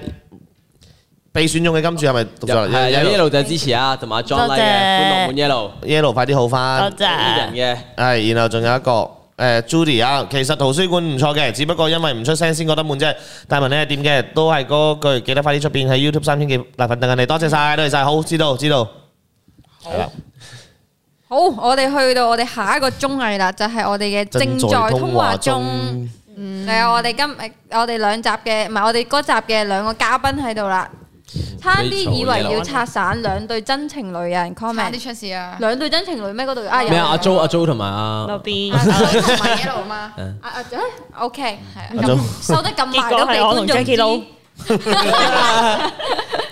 Speaker 3: 被選中嘅金主係咪讀咗啦
Speaker 1: 係有 yellow 就支持啊，同埋 John
Speaker 4: 多
Speaker 1: Lee
Speaker 4: 謝
Speaker 1: 嘅歡樂滿 yellow，
Speaker 3: yellow 快啲好
Speaker 4: 多。
Speaker 3: 翻
Speaker 1: 呢啲
Speaker 4: 謝。
Speaker 1: 人嘅。
Speaker 3: 係，然後仲有一個誒、Judy 啊，其實圖書館唔錯嘅，只不過因為唔出聲先覺得悶啫。大文呢點嘅都係嗰句，記得快啲出片喺 YouTube 三千幾奶粉等緊你，多謝晒，多謝晒，好知道知道。係啦，
Speaker 2: 好，我哋去到我哋下一個綜藝啦，就係我哋嘅正在通話中。嗯，係啊，我哋今日我哋兩集嘅，唔係我哋嗰集嘅兩個嘉賓喺度啦。差啲以為要拆散兩對真情侶，有人
Speaker 5: 差
Speaker 2: comment
Speaker 5: 啲出事啊！
Speaker 2: 兩對真情侶咩？嗰度啊有
Speaker 1: 咩啊？阿 Jo 阿 Jo 同埋阿
Speaker 4: Lobby
Speaker 5: 啊同埋 yellow 嘛，
Speaker 2: 啊啊誒，OK，係啊
Speaker 3: 阿 Jo
Speaker 2: 咁收得咁埋
Speaker 4: 結
Speaker 2: 都
Speaker 4: 果
Speaker 2: 俾
Speaker 4: 係我同
Speaker 2: 觀眾
Speaker 4: Jackie Lou
Speaker 2: 知。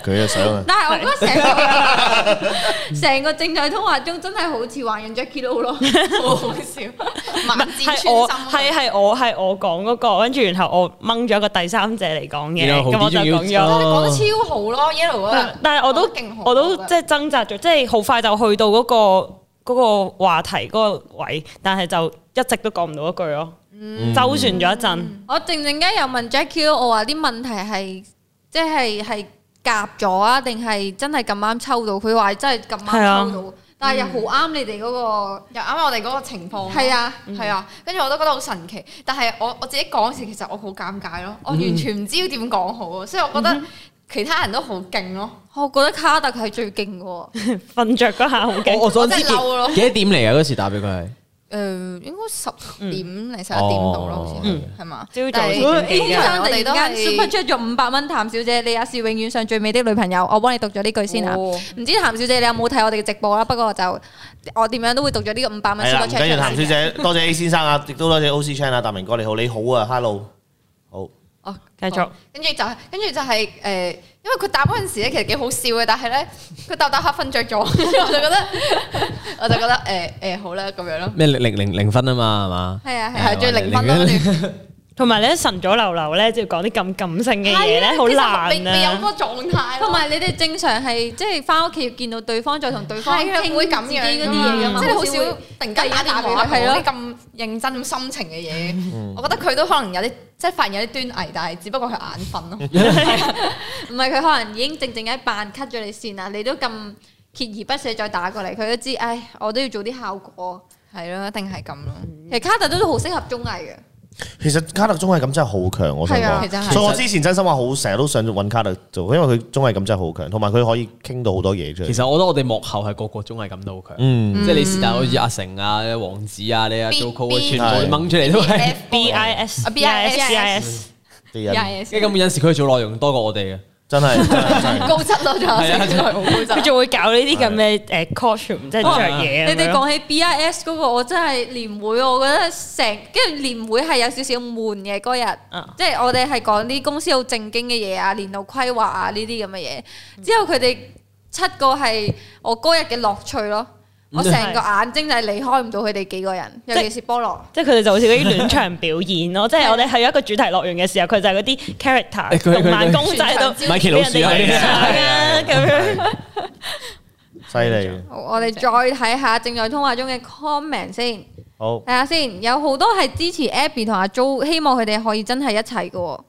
Speaker 3: 佢嘅相啊，
Speaker 2: 但係我覺得成個 成個正在通話中真係好似玩緊 Jackie Lou 咯，好好笑。
Speaker 5: 萬箭穿
Speaker 4: 係我
Speaker 5: 心啊
Speaker 4: 係係我係我講嗰個，跟住然後我掹咗一個第三者嚟講嘅，
Speaker 1: 然後
Speaker 4: 咁
Speaker 1: 豪
Speaker 4: 我
Speaker 1: 啲
Speaker 4: 就
Speaker 1: 仲要
Speaker 4: 講咗。
Speaker 5: 我哋講得超好咯，yellow 啊
Speaker 4: 但！但係我都
Speaker 5: 勁好，
Speaker 4: 我都即係掙扎咗，即係好快就去到嗰、個嗰、個話題嗰個位，但係就一直都講唔到一句咯，周旋咗一陣。
Speaker 2: 我靜靜雞又問 Jackie，Lou，我話啲問題係即係係夾咗啊，定係真係咁啱抽到？佢話真係咁
Speaker 4: 係啊
Speaker 2: 啱抽到，但係又好啱你哋嗰個
Speaker 5: 又啱啱我哋嗰個情況，
Speaker 2: 係啊，
Speaker 5: 係啊，跟住我都覺得好神奇。但係我我自己講時，其實我好尷尬咯，我完全唔知點講好啊，所以我覺得其他人都好勁咯。
Speaker 2: 我哦覺得卡特係最勁嘅喎。
Speaker 4: 瞓着嗰下好
Speaker 1: 我
Speaker 4: 驚，
Speaker 1: 我想知
Speaker 5: 我真係嬲咯
Speaker 1: 幾多點嚟啊？嗰時打俾佢係
Speaker 5: 誒，呃應該十點零十一點到咯，好似係嘛？
Speaker 4: 朝早
Speaker 5: 但係
Speaker 4: 先
Speaker 5: 通
Speaker 2: 通常
Speaker 5: 常
Speaker 2: 突
Speaker 5: 我
Speaker 2: 然
Speaker 5: 哋都
Speaker 2: 間 super
Speaker 5: 係
Speaker 2: 出咗五百蚊，譚小姐你也是永遠上最美的女朋友，我幫你讀咗呢句先啊！
Speaker 5: 哦
Speaker 2: 唔知譚小姐你有冇睇我哋嘅直播啦？不過就我點樣都會讀咗呢個五百蚊
Speaker 3: 係啦，
Speaker 2: super
Speaker 3: 唔
Speaker 2: chat
Speaker 3: 緊要，
Speaker 2: 出嚟
Speaker 3: 譚小姐，多謝 A 先生啊，亦都多謝 O C Chan 啊，達明哥你好，你好啊，Hello，好。
Speaker 5: 哦，
Speaker 4: 繼續。
Speaker 5: 跟住就係，跟住就係誒，呃因為佢答嗰陣時咧，其實幾好笑嘅，但係咧佢答答下瞓着咗， 跟住我就覺得，我就覺得誒誒好啦咁樣咯。
Speaker 1: 咩零零零零分啊嘛係嘛？
Speaker 2: 係啊係啊
Speaker 5: 係最零分咯，跟 住
Speaker 4: 同埋咧晨早流流咧，就要講啲咁感性嘅嘢
Speaker 5: 啊
Speaker 4: 咧，好
Speaker 5: 未
Speaker 4: 難
Speaker 5: 未有嗰
Speaker 4: 啊！
Speaker 5: 個狀態咯，
Speaker 2: 同埋你哋正常係即係翻屋企要見到對方，再同對方
Speaker 5: 係啊，
Speaker 2: 傾
Speaker 5: 唔會咁
Speaker 2: 自己
Speaker 5: 樣
Speaker 2: 嗰啲
Speaker 5: 㗎
Speaker 2: 嘢㗎
Speaker 5: 嘛
Speaker 2: 嘛，
Speaker 5: 即係好
Speaker 2: 似
Speaker 5: 少
Speaker 2: 會
Speaker 5: 突然間打電話
Speaker 2: 係
Speaker 5: 係
Speaker 2: 咯
Speaker 5: 咯咁認真咁心情嘅嘢。我覺得佢都可能有啲即係發現有啲端倪，但係只不過佢眼瞓咯。
Speaker 2: 唔係佢可能已經靜靜喺扮 cut 咗你線啦，你都咁鍥而不捨再打過嚟，佢都知，唉，我都要做啲效果。
Speaker 5: 係咯，一定係咁咯。
Speaker 2: 其實卡特都好適合綜藝嘅。
Speaker 3: 其實卡特綜藝感真係好強，我想
Speaker 2: 係啊
Speaker 5: 其實
Speaker 3: 講。
Speaker 5: 係
Speaker 3: 所以我之前真心話好，成日都想揾卡特做，因為佢綜藝感真係好強，同埋佢可以傾到好多嘢出
Speaker 1: 其
Speaker 3: 嚟。
Speaker 1: 實我覺得我哋幕後係個個綜藝感都好強，
Speaker 3: 嗯
Speaker 1: 即係你是但好似阿成啊、王子啊、你啊、
Speaker 5: B-
Speaker 1: Joco 啊，
Speaker 5: B-
Speaker 1: 全部掹出嚟 都係。
Speaker 4: B I S
Speaker 5: 啊 BIS
Speaker 4: B I S，
Speaker 3: 啲人
Speaker 1: 跟住咁有陣時佢做內容多過我哋嘅，
Speaker 3: 真係真係真係
Speaker 5: 高質咯，仲有
Speaker 1: 係啊
Speaker 5: 成好高
Speaker 4: 佢
Speaker 5: 質。
Speaker 4: 仲會搞呢啲咁嘅誒 costume，即係着嘢咁樣。
Speaker 2: 你哋講起 BIS 嗰個，我真係年會，我覺得成跟住年會係有少少悶嘅嗰日
Speaker 4: 啊，
Speaker 2: 即係我哋係講啲公司好正經嘅嘢啊，年度規劃啊呢啲咁嘅
Speaker 4: 嗯
Speaker 2: 嘢。之後佢哋七個係我嗰日嘅樂趣咯，我成個眼睛就係離開唔到佢哋幾個人，尤其是菠蘿。
Speaker 4: 嗯即係佢哋就好似嗰啲暖場表演咯，即係我哋去一個主題樂園嘅時候，佢就係嗰啲
Speaker 1: 佢佢
Speaker 4: character 動漫公仔度
Speaker 1: 米奇老鼠啊
Speaker 4: 俾人哋影相啊咁樣。
Speaker 3: 犀利。
Speaker 2: 好我
Speaker 4: 嗯
Speaker 2: 哋再睇下正在通話中嘅 comment 先，
Speaker 3: 好
Speaker 2: 睇，下啊先，有好多係支持 Abby 同阿 Jo，希望佢哋可以真係一齊嘅喎。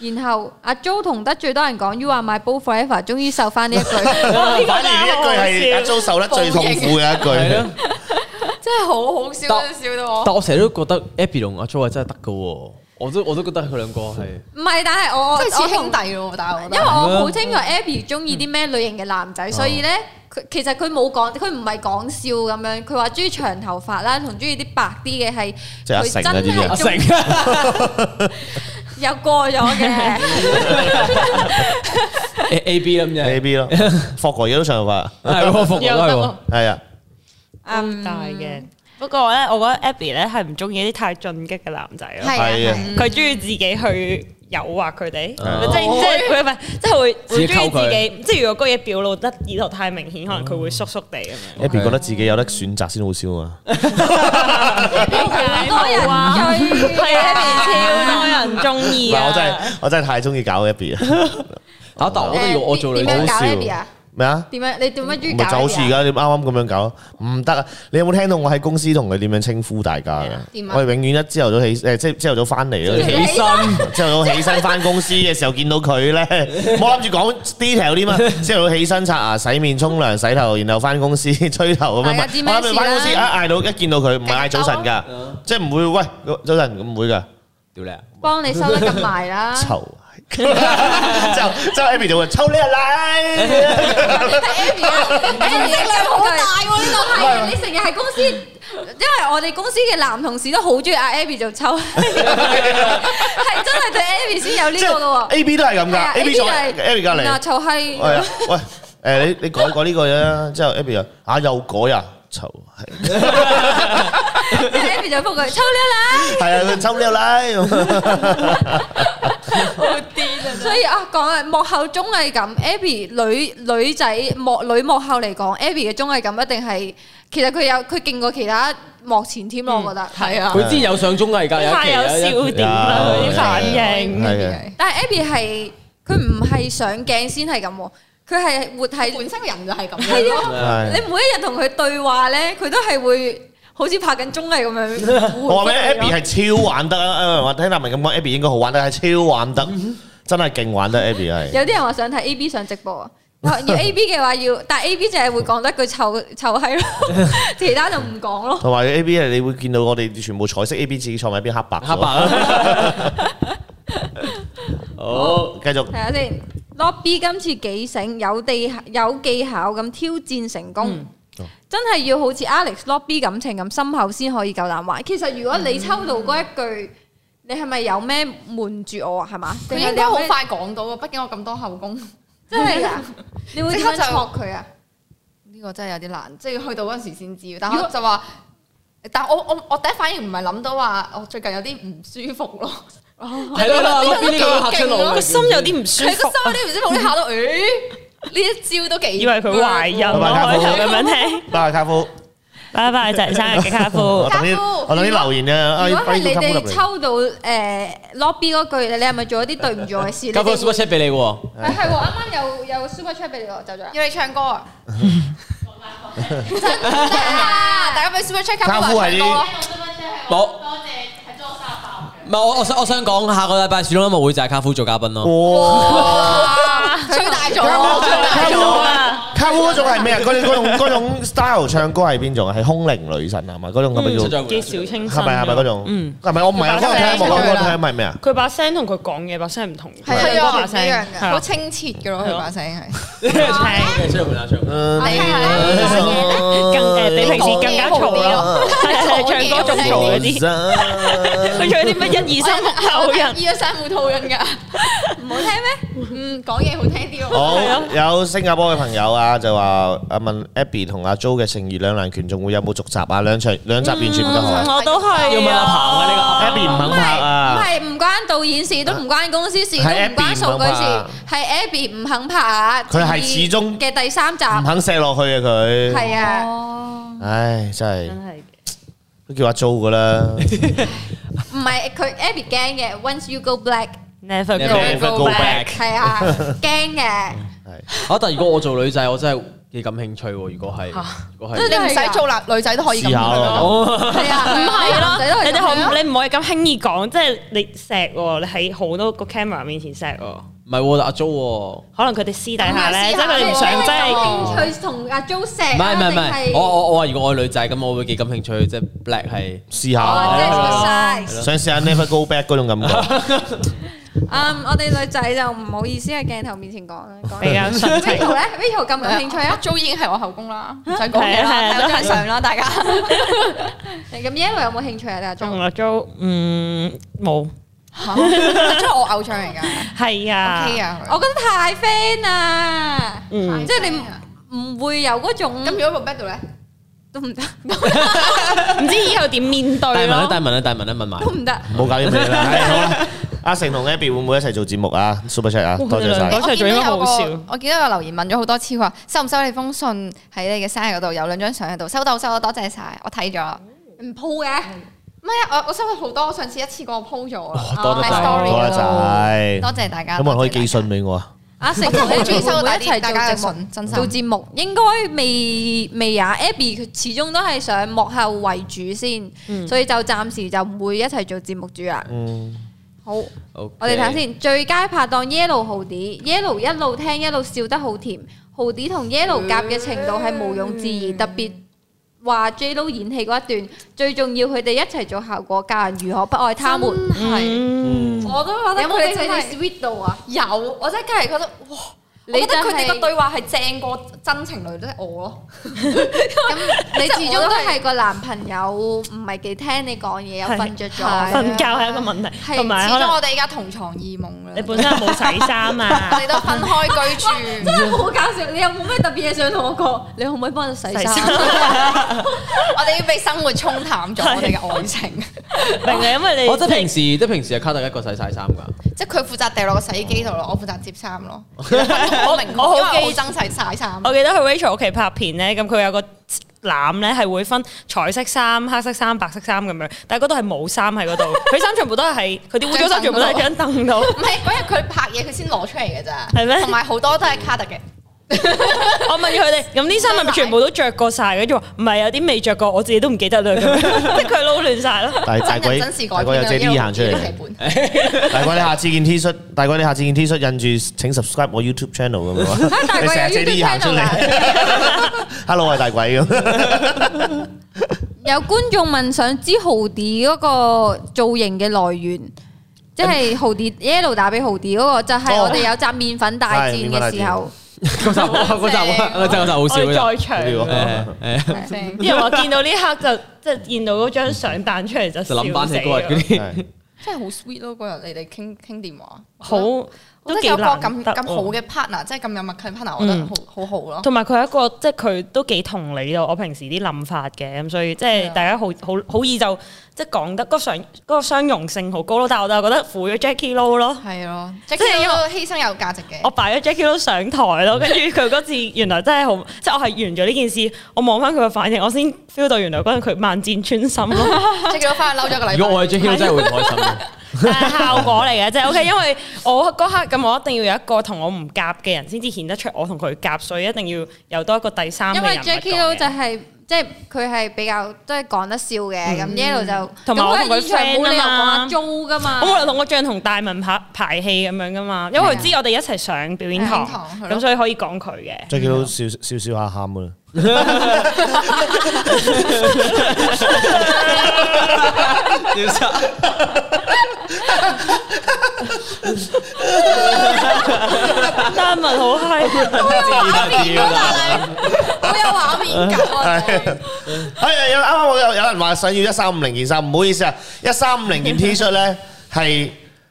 Speaker 2: 然後阿 Jo 同得最多人講 You are my boo forever，終於受翻呢 一句，
Speaker 3: 反而呢一句係阿 Jo 受得最痛苦嘅一
Speaker 1: 係咯
Speaker 3: 句。。
Speaker 5: 真係好好笑，
Speaker 1: 但
Speaker 5: 笑到我。
Speaker 1: 但我成日都覺得 Abby 同阿 Jo 係真係得嘅喎，我都我都覺得佢兩個係。
Speaker 2: 唔係，但係我
Speaker 5: 即係
Speaker 2: 我
Speaker 5: 似
Speaker 2: 同
Speaker 5: 兄弟咯，但係我覺
Speaker 2: 因為
Speaker 5: 得
Speaker 2: 我好清楚 Abby 中意啲咩類型嘅男
Speaker 5: 嗯
Speaker 2: 仔，所以咧佢其實佢冇講，佢唔係講笑咁樣，佢話中意長頭髮啦，同中意啲白啲嘅係
Speaker 3: 即係阿
Speaker 2: 佢
Speaker 3: 成
Speaker 2: 真
Speaker 3: 啊呢啲
Speaker 2: 係
Speaker 3: 人
Speaker 1: 阿
Speaker 2: 中
Speaker 1: 成
Speaker 2: 意 有過咗嘅。
Speaker 1: A A B 啦咁啫
Speaker 3: A，B 咯，霍哥嘢都上話，
Speaker 1: 係喎，服我都係喎。
Speaker 3: 係啊，
Speaker 4: 嗯大嘅。不過咧，我覺得 Abby 咧係唔中意啲太進擊嘅男仔咯，
Speaker 3: 係啊
Speaker 4: 佢中意自己去誘惑佢哋，即
Speaker 1: 哦
Speaker 4: 係即係佢唔係即係會
Speaker 1: 自己
Speaker 4: 會中意
Speaker 1: 溝佢
Speaker 4: 自己，即係如果嗰嘢表露得意圖太明顯，可能佢會縮縮地咁樣。
Speaker 3: ，Abby 覺得自己有得選擇先好笑啊。
Speaker 2: 好多人 追
Speaker 4: 係啊
Speaker 2: 啊，
Speaker 4: ，Abby 超多人中
Speaker 3: 唔
Speaker 4: 意
Speaker 3: 係
Speaker 4: 啊！
Speaker 3: 我真係我真係太中意搞 Abby 啊，
Speaker 1: 啊，但我覺得如果我做女
Speaker 2: 點
Speaker 1: 仔
Speaker 2: 樣，搞
Speaker 3: 好笑
Speaker 2: Abby 啊？
Speaker 3: 唔咩啊？
Speaker 2: 點樣？你點樣於
Speaker 3: 咪
Speaker 2: 搞呢
Speaker 3: 就
Speaker 2: 啲啊
Speaker 3: 好似而家你啱啱咁樣搞，唔得啊！你有冇聽到我喺公司同佢點樣稱呼大家嘅？
Speaker 5: 點啊
Speaker 3: 我哋永遠一朝頭早起，誒即係朝頭早翻嚟
Speaker 1: 起
Speaker 3: 咯。
Speaker 1: 身
Speaker 3: 朝頭早起身翻公司嘅時候見到 佢咧，冇諗住講 detail 啲嘛。朝頭早起身刷牙、洗面、沖涼、洗頭，然後翻公司 吹頭咁樣
Speaker 2: 大家
Speaker 3: 嘛
Speaker 2: 知。咩
Speaker 3: 我諗住翻公司
Speaker 2: 事
Speaker 3: 一
Speaker 2: 啦
Speaker 3: 嗌到一見到佢，唔係嗌早晨㗎，即係唔會喂早晨咁唔會㗎。，
Speaker 1: 屌你啊！
Speaker 2: 幫你收得咁埋啦
Speaker 3: 臭 閪就就 Amy 就會抽你啊奶。
Speaker 2: 你食量好大喎呢度係，你成日喺公司，因為我哋公司嘅男同事都好中意嗌 À, Abby 做抽，係真係對 Abby 先有呢
Speaker 3: 即
Speaker 2: 個嘅
Speaker 3: 係
Speaker 2: 喎。
Speaker 3: A B 都係咁
Speaker 2: 係啊
Speaker 3: 㗎，A B 坐 A B 隔
Speaker 2: 嗱，
Speaker 3: 離。
Speaker 2: 臭閪
Speaker 3: 係啊，喂，誒你你改過呢個嘢之後 Abby 又啊又改啊，臭係，
Speaker 2: ，Abby 就覆佢抽你
Speaker 3: 係啊，佢 抽你啦，咁
Speaker 2: 啦，所以啊講啊幕後綜藝感，Abby 女女仔幕女幕後嚟講，Abby 嘅綜藝感一定係其實佢有佢勁過其他幕前添咯，我覺得係啊。
Speaker 1: 佢之前有上綜藝㗎，有
Speaker 4: 太有
Speaker 1: 一期
Speaker 4: 笑點啊啦，佢啲反應。
Speaker 3: 係啊，
Speaker 2: 但係 Abby ừ, 係佢唔係上鏡先係咁喎，佢係活喺
Speaker 5: 本身個人就係咁樣
Speaker 2: 係
Speaker 5: 咯。
Speaker 2: 啊。 你
Speaker 3: 係。
Speaker 2: 每一日同佢對話咧，佢都係會好似拍緊綜藝 咁樣。
Speaker 3: 我話俾你，Abby 係超玩得啊！我聽達明咁講，Abby 應該好玩得，係超玩得，
Speaker 1: 嗯
Speaker 3: 真係勁玩得，Abby 係。
Speaker 2: 有啲人話想睇 A B 上直播 啊。要 A B 嘅話要，但 A B 就係會講得句臭 臭閪 咯，其他就唔講咯。
Speaker 3: 同埋 A B 係你會見到我哋全部彩色 A B 自己坐埋一邊黑白。
Speaker 1: 黑白。啦。好，
Speaker 3: 繼續
Speaker 2: 睇下先，Lobby 今次幾醒，有地有技巧咁挑戰成功，真係要好似 Alex Lobby 感情咁深厚先可以夠膽玩。其實如果你抽到嗰一句，你係咪有咩瞞住我啊？係嘛？
Speaker 5: 佢應該好，快講到啊，畢竟我咁多後宮，
Speaker 2: 真係 㗎！你會點樣
Speaker 5: 即刻就
Speaker 2: 戳佢啊？
Speaker 5: 呢個真係有啲難，即係去到嗰陣時先知。但係我就話，但我我我第一反應唔係諗到話，我最近有啲唔舒服咯。
Speaker 2: Ờ,
Speaker 1: 係咯，嗱落邊呢個嚇親我，
Speaker 4: 啊個心有啲唔 舒
Speaker 5: 佢個
Speaker 4: 服，
Speaker 5: 心有啲唔舒服，你嚇到，誒呢一招都幾
Speaker 4: 以為佢懷孕，我
Speaker 3: 同埋
Speaker 4: 開
Speaker 3: 佢
Speaker 4: 頭咁樣聽。
Speaker 3: 拜卡夫，
Speaker 4: 拜拜，鄭生日嘅卡
Speaker 3: 我
Speaker 4: 夫。
Speaker 3: 等啲我等啲留言啊！
Speaker 2: 如果係你哋抽到誒 ờ, lobby 嗰句，你係咪做咗啲對唔住我嘅事？你
Speaker 1: 交
Speaker 2: 哋
Speaker 1: 個 super chat 俾你喎。
Speaker 2: 係係喎，啱啱有有 super chat 俾你喎，走咗啦。
Speaker 5: 要你唱 歌啊！ 真啊！大家俾 super check
Speaker 3: 卡夫係啲
Speaker 5: 唱歌啊！
Speaker 1: 冇。唔係我我想我想講下個禮拜小龍音樂會就係卡夫做嘉賓
Speaker 3: 哦
Speaker 1: 咯。
Speaker 3: 哇！
Speaker 4: 啊
Speaker 5: 吹大咗，吹大
Speaker 3: 卡夫
Speaker 5: 咗啊！
Speaker 3: 卡夫嗰種係咩啊？嗰種嗰種嗰種 style 唱歌係邊種啊？係空靈女神係嘛？嗰種咁
Speaker 1: 嗯出
Speaker 3: 嘅叫
Speaker 1: 咗
Speaker 4: 幾小清新。
Speaker 3: 係咪係咪嗰種？
Speaker 4: 嗯，，
Speaker 3: 係咪我唔係嗰個 t 我嗰個 t 係咩啊？
Speaker 4: 佢把聲同佢講嘢把聲唔同。
Speaker 5: 係
Speaker 4: 兩個把
Speaker 5: 啊，唔
Speaker 4: 聲
Speaker 5: 一樣嘅，
Speaker 4: 係
Speaker 5: 好
Speaker 4: 啊
Speaker 5: 清澈嘅咯，佢把聲係。
Speaker 4: 聽
Speaker 1: 出咗門口出咗門口
Speaker 3: Ờ,
Speaker 4: 更誒比平時更加嘈咯，係係唱歌仲嘈嗰啲，佢唱啲乜一二三木頭 人，
Speaker 5: 依咗三副套人㗎，
Speaker 2: 唔好聽咩？
Speaker 5: 嗯，講嘢好聽啲喎。
Speaker 3: 好，有新加坡嘅朋友啊，就話啊問 à, Abby à, 同阿 Jo 嘅《成義兩難拳》仲會有冇續集啊？兩場兩集完全唔得好啊
Speaker 4: 我都係
Speaker 1: 要問阿彭啊呢個阿
Speaker 3: ！Abby 唔肯拍
Speaker 2: 唔
Speaker 3: 啊！
Speaker 2: 係唔關導演事，都唔關公司事，都
Speaker 3: 係
Speaker 2: 唔關
Speaker 3: Abby
Speaker 2: 數據事
Speaker 3: 唔肯，
Speaker 2: 係 Abby 唔肯拍。
Speaker 3: 佢係始終
Speaker 2: 嘅第三集，
Speaker 3: 唔肯錫落去啊佢，
Speaker 2: 係啊，
Speaker 5: 哦，
Speaker 3: 唉真係
Speaker 4: 真係
Speaker 3: 都叫阿 Jo 噶啦，
Speaker 2: 唔係佢 Abby 驚嘅。Once you go black，à,
Speaker 4: never
Speaker 1: Never
Speaker 4: go
Speaker 1: go back
Speaker 4: back。
Speaker 2: 係啊，驚嘅。
Speaker 1: 啊！但如果我做女仔，我真係幾感興趣喎。如果係，如果
Speaker 5: 即係
Speaker 1: 係，
Speaker 5: 你唔
Speaker 4: 啊
Speaker 5: 使做男女仔都可以咁
Speaker 3: 試下
Speaker 5: 樣。
Speaker 3: 咯。
Speaker 2: 係啊，
Speaker 4: 唔係咯，你哋可唔
Speaker 2: 可
Speaker 4: 你唔可以咁輕易講，即係你錫喎，你喺好多個 camera 面前錫喎，
Speaker 1: 唔係喎，阿 Jo 喎。
Speaker 4: 可能佢哋私底下咧，
Speaker 5: 啊
Speaker 4: 即
Speaker 5: 唔係私下
Speaker 4: 係佢哋唔想即係
Speaker 2: 興趣同阿 Jo 石，
Speaker 1: 唔係唔係唔係，我
Speaker 2: 我
Speaker 1: 我我話如果我係女仔咁，我會幾感興趣，即係 black 係
Speaker 3: 試下
Speaker 2: 哦，即係
Speaker 3: 咯，
Speaker 2: 個 ờ, size。
Speaker 3: 想試下 Never Go Back 嗰種感覺。
Speaker 2: 嗯，我哋女仔就唔好意思喺鏡頭面前講啦。講
Speaker 4: 比較純情。
Speaker 2: Rachel 咧，Rachel 咁唔感興趣啊？
Speaker 5: Jo 已經係我後宮啦，唔使講嘢啦，
Speaker 4: 係啊
Speaker 5: 睇張相啦，大家。
Speaker 2: 咁 Yellow 有冇興趣啊？阿 Jo
Speaker 4: 同阿 Jo，嗯，冇，
Speaker 5: 即係我偶像嚟㗎
Speaker 4: 係啊，
Speaker 5: ，OK 啊。
Speaker 2: 我覺得太 friend 啦，
Speaker 4: 嗯
Speaker 2: 即係你唔會有嗰種
Speaker 5: 咁如果 Roberto 咧，
Speaker 2: 都唔得，
Speaker 4: 唔知以後點面
Speaker 1: 大
Speaker 4: 對
Speaker 1: 文啦，
Speaker 4: 咯。
Speaker 1: 大文啦，大文啦，問埋
Speaker 2: 都。唔得。
Speaker 3: 唔好搞啲咩啦，唉好啦。阿成同 Abby 會唔會一齊做節目啊？Super Chat 啊，
Speaker 4: 哇
Speaker 3: 多謝晒
Speaker 4: 佢哋兩。個
Speaker 5: 我
Speaker 4: 出嚟做
Speaker 5: 見
Speaker 4: 應該
Speaker 5: 到有
Speaker 4: 好笑
Speaker 5: 個我見到有留言問咗好多次話收唔收你封信喺你嘅生日嗰度有兩張相喺度，收到收到，多謝晒，我睇咗。
Speaker 2: 唔鋪嘅，
Speaker 5: 唔係啊，我我收到好多，我上次一次過 po 咗啦，
Speaker 1: 多得
Speaker 5: 喺
Speaker 1: 滯
Speaker 3: 哦
Speaker 5: story
Speaker 3: 多
Speaker 5: 嗰
Speaker 3: 得
Speaker 5: 度
Speaker 3: 晒
Speaker 5: 多謝大家。
Speaker 3: 有冇人可以
Speaker 5: 多謝大家
Speaker 3: 寄信俾我啊？
Speaker 2: 阿成，
Speaker 5: 我真係好中意
Speaker 2: 你會唔會
Speaker 5: 收到
Speaker 2: 一
Speaker 5: 大
Speaker 2: 齊
Speaker 5: 家嘅
Speaker 2: 做節目
Speaker 5: 信，真
Speaker 2: 做
Speaker 5: 心。
Speaker 2: 節目應該未未啊，Abby à, 佢始終都係想幕後為主先，所以就暫時就唔會一齊做節目主啊。
Speaker 3: 嗯
Speaker 2: 好，我哋睇下先，最佳拍檔 Yellow 豪迪，Yellow 一路聽一路笑得好甜，豪迪同 Yellow 夾嘅程度係毋庸置疑，特別。話 J Lo 演戲嗰一段，最重要佢哋一齊做效果，教人如何不愛他們。
Speaker 5: 係，
Speaker 4: 嗯，
Speaker 5: 我都覺
Speaker 2: 有
Speaker 5: 得
Speaker 2: 冇
Speaker 5: 佢哋
Speaker 2: 你
Speaker 5: 真
Speaker 2: 哋
Speaker 5: 係
Speaker 2: sweet 到啊？
Speaker 5: 有，我真係覺得哇！我
Speaker 2: 你
Speaker 5: 覺得佢哋
Speaker 2: 真
Speaker 5: 個
Speaker 2: 係
Speaker 5: 對話係正過真情侶，即係我咯。
Speaker 2: 咁你
Speaker 5: 即係
Speaker 2: 始終
Speaker 5: 我都
Speaker 2: 都
Speaker 5: 係
Speaker 2: 係個男朋友唔係幾聽你講嘢，又
Speaker 4: 係
Speaker 2: 瞓着咗
Speaker 5: 係。啊
Speaker 4: 瞓覺係一個問題，
Speaker 5: 係，
Speaker 4: 同埋可
Speaker 5: 始終
Speaker 4: 能
Speaker 5: 我哋而家同床異夢啦。
Speaker 4: 你本身冇洗衫
Speaker 5: 我
Speaker 4: 啊
Speaker 5: 哋，都分開 居住
Speaker 2: 真，係好搞笑！你有冇咩特別嘢想同我講？你可唔可以幫我洗
Speaker 4: 洗
Speaker 2: 衫？，
Speaker 5: 我哋要俾生活沖淡咗我哋嘅愛情。
Speaker 4: 明唔明？因為你
Speaker 1: 我即係平時，即係平時係卡特一個洗晒衫㗎。
Speaker 5: 即係佢負責掉落個洗衣機度咯，我負責接衫 咯。我明，
Speaker 4: 我好
Speaker 5: 因為我
Speaker 4: 記
Speaker 5: 憎洗晒衫。
Speaker 4: 我記得去 Rachel 屋企拍片咧，咁佢有個籃咧係會分彩色衫、黑色衫、白色衫咁樣，但係嗰度係冇衫喺嗰 度，佢衫全部都係喺佢啲污糟衫全部都喺張凳度。
Speaker 5: 唔係嗰日佢拍嘢，佢先攞出嚟嘅咋。
Speaker 4: 係咩
Speaker 5: 同埋好多都係卡特嘅，
Speaker 4: 我問佢哋，咁啲衫係咪全部都着過晒？跟住話唔係，有啲未着過，我自己都唔記得啦。咁樣 即係佢撈亂晒咯。
Speaker 3: 但係大
Speaker 5: 真
Speaker 3: 鬼
Speaker 5: 人真事改啊
Speaker 3: 大鬼
Speaker 5: 編
Speaker 3: 有
Speaker 5: 啦
Speaker 3: 隻 D E 行出
Speaker 5: 因為我
Speaker 3: 嚟
Speaker 5: 見。到劇
Speaker 3: 大鬼你下次件 T 恤，大鬼你下次件 T 恤印住請 subscribe 我 YouTube channel 咁樣啊
Speaker 2: 大
Speaker 3: 你
Speaker 2: 鬼
Speaker 3: 成日
Speaker 2: 有
Speaker 3: 借
Speaker 2: YouTube
Speaker 3: 啲行出
Speaker 2: channel
Speaker 3: 嚟，hello 我係大鬼咁，
Speaker 2: 有觀眾問想知豪迪嗰個造型嘅來源，即係豪迪 yellow 打俾豪迪嗰個，就係
Speaker 3: 哦
Speaker 2: 我哋有集面粉大戰
Speaker 3: 係麵粉大
Speaker 2: 嘅
Speaker 3: 戰
Speaker 2: 時候，
Speaker 1: 嗰集嗰集嗰集嗰集好
Speaker 4: 我
Speaker 1: 笑啊
Speaker 4: 哋
Speaker 1: 㗎。
Speaker 4: 在場，
Speaker 3: 呢個
Speaker 1: 誒誒，
Speaker 5: 本。
Speaker 4: 啲人話見到呢刻就即係見到嗰張相彈出嚟就
Speaker 1: 就諗翻起嗰日
Speaker 4: 笑
Speaker 1: 嗰
Speaker 4: 死啊
Speaker 1: 啲。
Speaker 3: 係
Speaker 5: 真係好 sweet 咯！嗰日你哋傾傾電話，
Speaker 4: 好
Speaker 5: 我
Speaker 4: 都幾
Speaker 5: 覺得有個
Speaker 4: 難
Speaker 5: 咁
Speaker 4: 得
Speaker 5: 咁好
Speaker 4: 喎。
Speaker 5: 嘅 partner，即係咁有默契嘅 partner，我覺得
Speaker 4: 嗯
Speaker 5: 好好好咯。
Speaker 4: 同埋佢係一個即係佢都幾同理啊到我平時啲諗法嘅，咁所以即係
Speaker 5: 係啊
Speaker 4: 大家好好好易就即係講得嗰個相嗰個相容性好高咯。但係我就覺得負咗 Jackie Lou 咯。
Speaker 5: 係咯，即
Speaker 4: 係
Speaker 5: 係
Speaker 4: 因為哦
Speaker 5: 因為犧牲有價值嘅。
Speaker 4: 我擺咗 Jackie 都上台 咯，跟住佢嗰次原來真係好，即係我係完咗呢件事，我望翻佢嘅反應，我先 feel 到原來嗰陣佢萬箭穿心咯，
Speaker 5: 即係翻去嬲咗個禮拜。
Speaker 1: 如果我係 Jackie，真係會唔開心嘅。
Speaker 4: 但 係效果嚟嘅啫。OK，因為我嗰刻咁，我一定要有一個同我唔夾嘅人先至顯得出我同佢夾，所以一定要有多一個第三
Speaker 2: 因
Speaker 4: 嘅人
Speaker 2: 為
Speaker 4: 物
Speaker 2: Jackie
Speaker 4: 講
Speaker 2: Lou
Speaker 4: 嘅
Speaker 2: 就係即係佢係比較都係講得笑嘅，咁 yellow 就
Speaker 4: 同埋我
Speaker 2: 咁
Speaker 4: 同佢
Speaker 2: 喺現場冇理由
Speaker 4: friend
Speaker 2: 講
Speaker 4: 啊嘛
Speaker 2: 阿 Jo 噶嘛
Speaker 4: 我。冇理由同我像同大文排排戲咁樣噶嘛，因為佢知我哋一齊上表演堂
Speaker 5: 表演堂，係咯
Speaker 4: 咁所以可以講佢嘅。
Speaker 3: 最見到笑笑笑下喊㗎啦。
Speaker 4: 大文好嗨，
Speaker 2: 啊
Speaker 5: 好有畫面感啊！
Speaker 3: 係有啱啱我有有人話想要一三五零件衫，唔好意思啊，一三五零件 T 恤咧係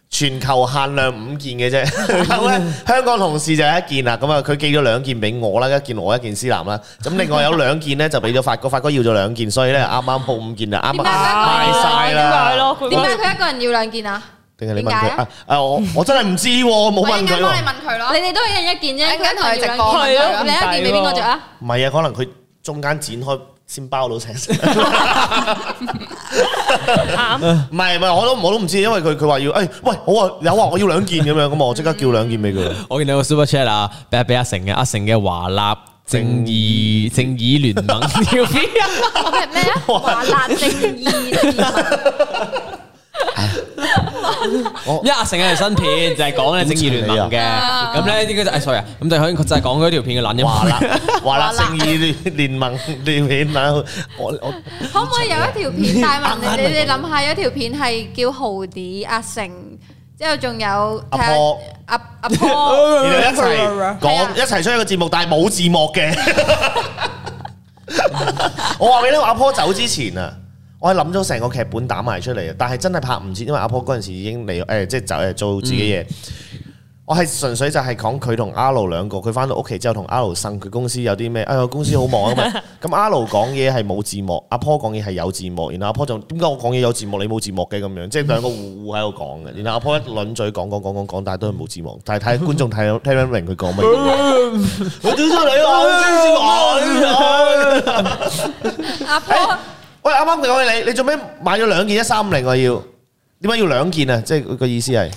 Speaker 3: 全球限量五件嘅啫，咁咧香港同事就係一件啦，咁啊佢寄咗兩件俾我啦，一件我一件思南啦，咁另外有兩件咧就俾咗發哥，發哥要咗兩件，所以咧啱啱好五件啦，啱
Speaker 2: 點
Speaker 3: 啱
Speaker 2: 解
Speaker 3: 賣晒
Speaker 4: 點
Speaker 3: 啦
Speaker 4: 解。咯？佢
Speaker 2: 點解佢一個人要兩件啊？
Speaker 3: 定係你問
Speaker 2: 點解
Speaker 3: 佢
Speaker 2: 啊
Speaker 3: 啊？啊我我真係唔知喎，我冇
Speaker 5: 我
Speaker 3: 問
Speaker 5: 應
Speaker 3: 佢
Speaker 5: 該幫你
Speaker 3: 喎。
Speaker 5: 問佢咯
Speaker 2: 你。哋都一人一件啫，
Speaker 5: 一陣間同佢直播
Speaker 2: 係
Speaker 5: 係
Speaker 2: 咯，
Speaker 5: 咯
Speaker 2: 你一件俾邊個着啊？
Speaker 3: 唔係啊，可能佢中間剪開先包到成身。
Speaker 4: 啱，
Speaker 3: 唔係唔係，我都我都唔知，因為佢佢話要，誒、喂，好啊，有啊，我要兩件咁樣，咁我即刻叫兩件俾佢。
Speaker 1: 我見到個 super chat 啊，俾俾阿成嘅，阿成嘅華納正義正義聯盟 TVB 啊
Speaker 2: 我係咩啊？華納正義，
Speaker 1: 因為阿成係新片，就係講咧正義聯盟嘅，咁咧應該就誒 sorry 啊，咁就可以就係講嗰條片嘅懶音。
Speaker 3: 華納華納正義 聯聯盟聯名啦，我我
Speaker 2: 可唔可以有一條片？大文，你你哋諗下，有一條片係叫豪迪、阿成，之後仲有
Speaker 3: 阿
Speaker 2: 睇下
Speaker 3: 坡
Speaker 2: 阿阿坡，
Speaker 3: 然後一齊講一齊出一個節目，但係冇字幕嘅。 我話俾你聽，阿坡走之前啊，我係諗咗成個劇本打埋出嚟啊，但係真係拍唔切，因為阿坡嗰陣時已經嚟誒，即係走誒做自己嘢。我係純粹就係講佢同阿 L 兩個，佢翻到屋企之後同阿 L 呻佢公司有啲咩？哎呀，公司好忙啊嘛。咁阿 L 講嘢係冇字幕，阿坡講嘢係有字幕，然後阿坡就點解我講嘢有字幕你冇字幕嘅咁樣？即係兩個互互喺度講嘅。然後阿坡一輪嘴講講講講講，但係都係冇字幕，但係睇觀眾睇到聽得明佢講乜嘢。我屌出嚟啊！
Speaker 2: 阿坡
Speaker 3: 喂，啱啱講起你，你做咩買咗兩件一三 五零我要？點解要兩件啊？即係個意思係。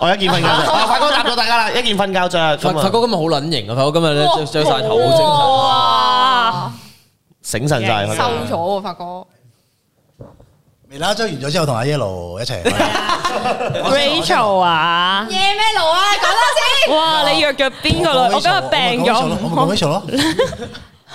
Speaker 3: 我一件瞓覺 咋。啊，發哥答咗大家啦，一件瞓覺咋。
Speaker 1: 發
Speaker 3: 咁啊
Speaker 1: 發哥今日好撚型啊！發哥今日咧
Speaker 4: 哇啊
Speaker 1: 着晒頭好精神，
Speaker 5: 哇，
Speaker 3: 醒神晒，
Speaker 4: 收
Speaker 5: 收咗喎，發哥。
Speaker 6: 微啦，周完咗之後同阿 Yellow 一齊。
Speaker 4: Rachel 啊，
Speaker 5: 夜咩路啊？講多
Speaker 4: 哇！你約咗邊個女？我今日病
Speaker 6: 我講
Speaker 4: 咗，
Speaker 6: Rachel 咯。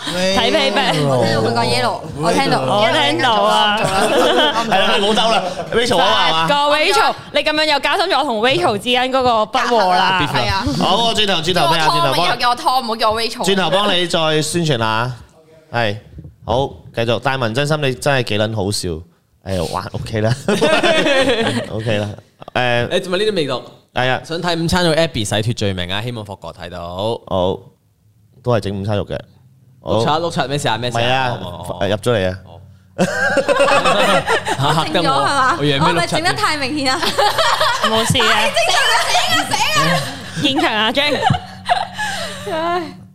Speaker 6: 睇
Speaker 4: 睇屁屁
Speaker 2: 我聽到佢講 yellow，我聽到，
Speaker 4: 我聽到啊。
Speaker 3: 係啦，你冇兜啦，Rachel 啊嘛係嘛。
Speaker 4: 個 Rachel，你咁樣又加深咗我同 Rachel 之間嗰個不和啦。
Speaker 5: 係啊，
Speaker 3: 好，我轉頭轉頭
Speaker 5: 我
Speaker 3: 咩啊？轉頭
Speaker 5: 湯，以後
Speaker 3: 幫
Speaker 5: 叫我湯，唔好叫我 Rachel。
Speaker 3: 轉頭幫你再宣傳下，係好繼續。大文真心你真係幾撚好笑，誒玩 OK 啦 ，OK 啦，誒
Speaker 1: 你做咪呢啲味道？
Speaker 3: 係啊，
Speaker 1: 想睇午餐肉 Abby 洗脱罪名啊！希望霍哥睇到。
Speaker 3: 好都係整午餐肉嘅，好
Speaker 1: 碌
Speaker 3: 唔
Speaker 1: 柒碌柒咩事啊？咩事
Speaker 3: 係啊，入咗嚟啊。
Speaker 1: 嚇嚇得
Speaker 2: 整咗係嘛
Speaker 1: 我，？我以為
Speaker 2: 我
Speaker 1: 咩
Speaker 2: 係咪
Speaker 5: 哦
Speaker 1: 碌
Speaker 2: 整得
Speaker 1: 柒？
Speaker 2: 太明顯啊！
Speaker 4: 冇事
Speaker 5: 哎
Speaker 4: 啊，
Speaker 5: 啊
Speaker 4: 現場啊，Jane，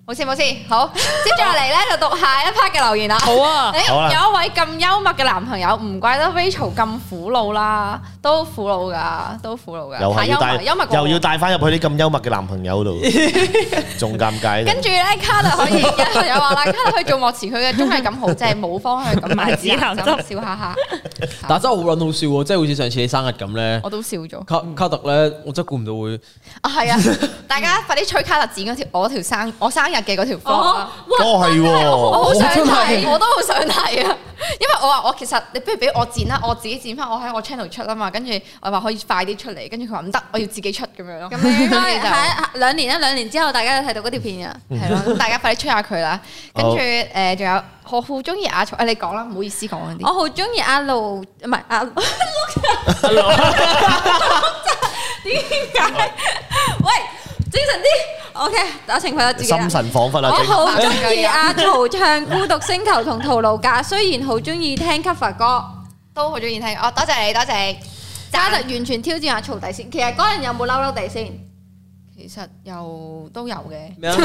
Speaker 5: 冇事冇事，好，接住落嚟咧就讀下一 part 嘅留言啦。
Speaker 4: 好啊，
Speaker 5: 誒
Speaker 3: 好啦
Speaker 5: 有一位咁幽默嘅男朋友，唔怪得 Rachel 咁苦惱啦，都苦惱噶，都苦惱噶，
Speaker 3: 又
Speaker 5: 太
Speaker 3: 係
Speaker 5: 幽
Speaker 3: 要
Speaker 5: 默，幽默
Speaker 3: 帶，
Speaker 5: 過我
Speaker 3: 又要帶翻入去啲咁幽默嘅男朋友度，仲尷尬。
Speaker 5: 跟住咧，卡特可以有朋友話啦，卡特去做幕前，佢嘅綜藝感 好，即係冇方向咁買指南針，笑下下，
Speaker 1: 但真係好撚好笑喎！即係好似上次你生日咁咧，
Speaker 5: 我都笑咗。
Speaker 1: 卡卡特咧，我真係估唔到會。
Speaker 5: 啊，係啊，大家快啲吹卡特剪嗰條我條生我生日嘅嗰條 vlog
Speaker 2: 哦
Speaker 5: 啊！，
Speaker 3: 哦係
Speaker 5: 我
Speaker 3: 喎，
Speaker 5: 好想
Speaker 1: 我真
Speaker 5: 睇，
Speaker 1: 係
Speaker 5: 我都好想睇啊！因為我話我其實你不如俾我剪啦，我自己剪翻，我喺我 channel 出啊嘛。跟住我話可以快啲出嚟，跟住佢話唔得，我要自己出咁樣咯。
Speaker 2: 咁你應 該
Speaker 5: 跟住就
Speaker 2: 喺兩年一兩年之後，大家就睇到嗰條片啊！
Speaker 5: 係咯，咁大家快啲吹下佢啦。跟住誒，仲有我好中意阿曹，誒你講啦，唔好意思講嗰
Speaker 2: 我
Speaker 5: 啲。
Speaker 2: 好中意阿路，唔係阿 碌點解？喂，精神啲，OK，打情況我自己啦
Speaker 3: 心。神恍惚
Speaker 2: 我
Speaker 3: 啦，正
Speaker 2: 好中意阿曹唱《孤獨星球》同《屠奴架》，雖然好中意聽 cover 歌，
Speaker 5: 都好中意聽，哦，多謝你，多謝你。
Speaker 2: 加特完全挑戰阿曹底線。其實嗰人有冇嬲嬲地先？
Speaker 5: 其實又都有嘅，
Speaker 1: 咩啊？咩啊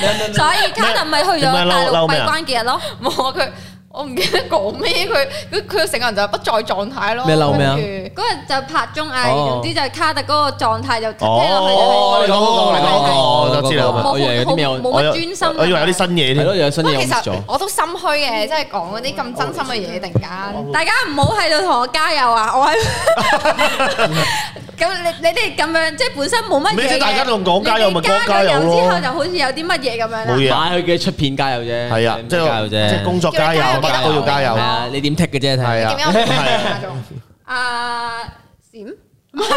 Speaker 1: 咩啊咩啊
Speaker 2: 所以卡特咪去咗
Speaker 3: 點解
Speaker 2: 大
Speaker 3: 嬲
Speaker 2: 陸
Speaker 3: 嬲
Speaker 2: 閉
Speaker 3: 咩啊
Speaker 2: 關幾日咯。
Speaker 5: 冇啊佢，我唔記得講咩，佢佢佢成個人就係不在狀態咯。
Speaker 1: 咩嬲咩啊
Speaker 5: 跟住
Speaker 2: 嗰日就拍綜藝，
Speaker 1: 哦
Speaker 2: 總之就係卡特嗰個狀態就聽
Speaker 3: 哦
Speaker 2: 落去
Speaker 3: 你
Speaker 2: 就
Speaker 3: 講嗰個你講嗰個我就知啦
Speaker 2: 冇
Speaker 1: 我以為有啲咩我
Speaker 2: 冇
Speaker 3: 我有
Speaker 2: 冇乜專心啊。
Speaker 3: 我以為有啲新嘢
Speaker 1: 係咯，
Speaker 3: 添。
Speaker 1: 又有新
Speaker 5: 不
Speaker 1: 嘢
Speaker 5: 過
Speaker 1: 我 miss
Speaker 5: 其實
Speaker 1: 咗。
Speaker 5: 我都心虛嘅，即係講嗰啲咁真心嘅嘢，突然間。
Speaker 2: 大家唔好喺度同我加油啊！我喺 咁你你哋咁樣即係本身冇乜嘢嘅，
Speaker 3: 你知大家都講加油咪
Speaker 2: 你哋
Speaker 3: 講加油咯
Speaker 2: 咗之後就好似有啲乜嘢咁樣
Speaker 3: 冇
Speaker 2: 啦。
Speaker 3: 嘢啊，
Speaker 1: 買佢嘅出片加油啫，
Speaker 3: 係啊，
Speaker 1: 唔
Speaker 3: 即
Speaker 1: 使加油
Speaker 3: 係
Speaker 1: 啫，
Speaker 3: 即係工作加油，乜都要加油
Speaker 1: 係，啊，你點剔嘅啫？
Speaker 3: 係
Speaker 1: 睇
Speaker 3: 啊
Speaker 5: 點，樣
Speaker 3: à?
Speaker 5: 啊？仲
Speaker 2: 啊閃，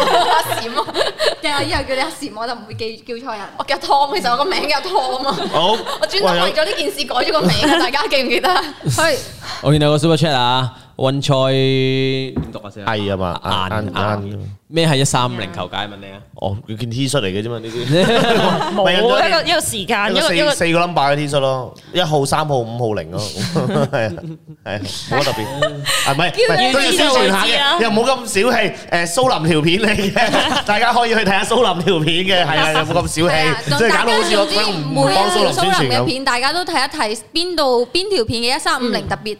Speaker 2: 嘅我
Speaker 5: 閃啊！
Speaker 2: 以後叫你阿閃，我就唔會記叫錯人。
Speaker 5: 我叫 Tom，其實我個名叫 Tom 啊。
Speaker 3: 好，
Speaker 5: 我專登為
Speaker 3: 喂
Speaker 5: 咗呢件事改咗個名啊！大家記唔記得？
Speaker 2: 去
Speaker 1: 我見到有個 super chat 啊，運菜點讀啊先啊？
Speaker 3: 有藝啊嘛，
Speaker 1: 硬
Speaker 3: 硬
Speaker 1: 硬
Speaker 3: 硬。
Speaker 1: 咩係一三零求解問你啊？
Speaker 3: 哦，佢件 T 恤嚟嘅啫嘛，呢啲
Speaker 4: 冇
Speaker 3: 咪有咗
Speaker 4: 一個一個時間，一個一
Speaker 3: 一個
Speaker 4: 個
Speaker 3: 四四個 number 嘅 T 恤咯，一號、三號、五號零咯，係啊，係啊冇乜特別，係咪？唔係都要宣傳下
Speaker 4: 知啊
Speaker 3: 嘅，又冇咁小氣。誒，蘇林條片嚟嘅，大家可以去睇下蘇林條片嘅，係啊，又冇咁小
Speaker 2: 係啊
Speaker 3: 氣，
Speaker 2: 總
Speaker 3: 即係搞到好似我
Speaker 2: 總之
Speaker 3: 唔
Speaker 2: 每一
Speaker 3: 幫蘇
Speaker 2: 條
Speaker 3: 林宣
Speaker 2: 蘇
Speaker 3: 傳
Speaker 2: 林嘅
Speaker 3: 咁。
Speaker 2: 片，大家都睇一睇邊度邊條片嘅一三五零特別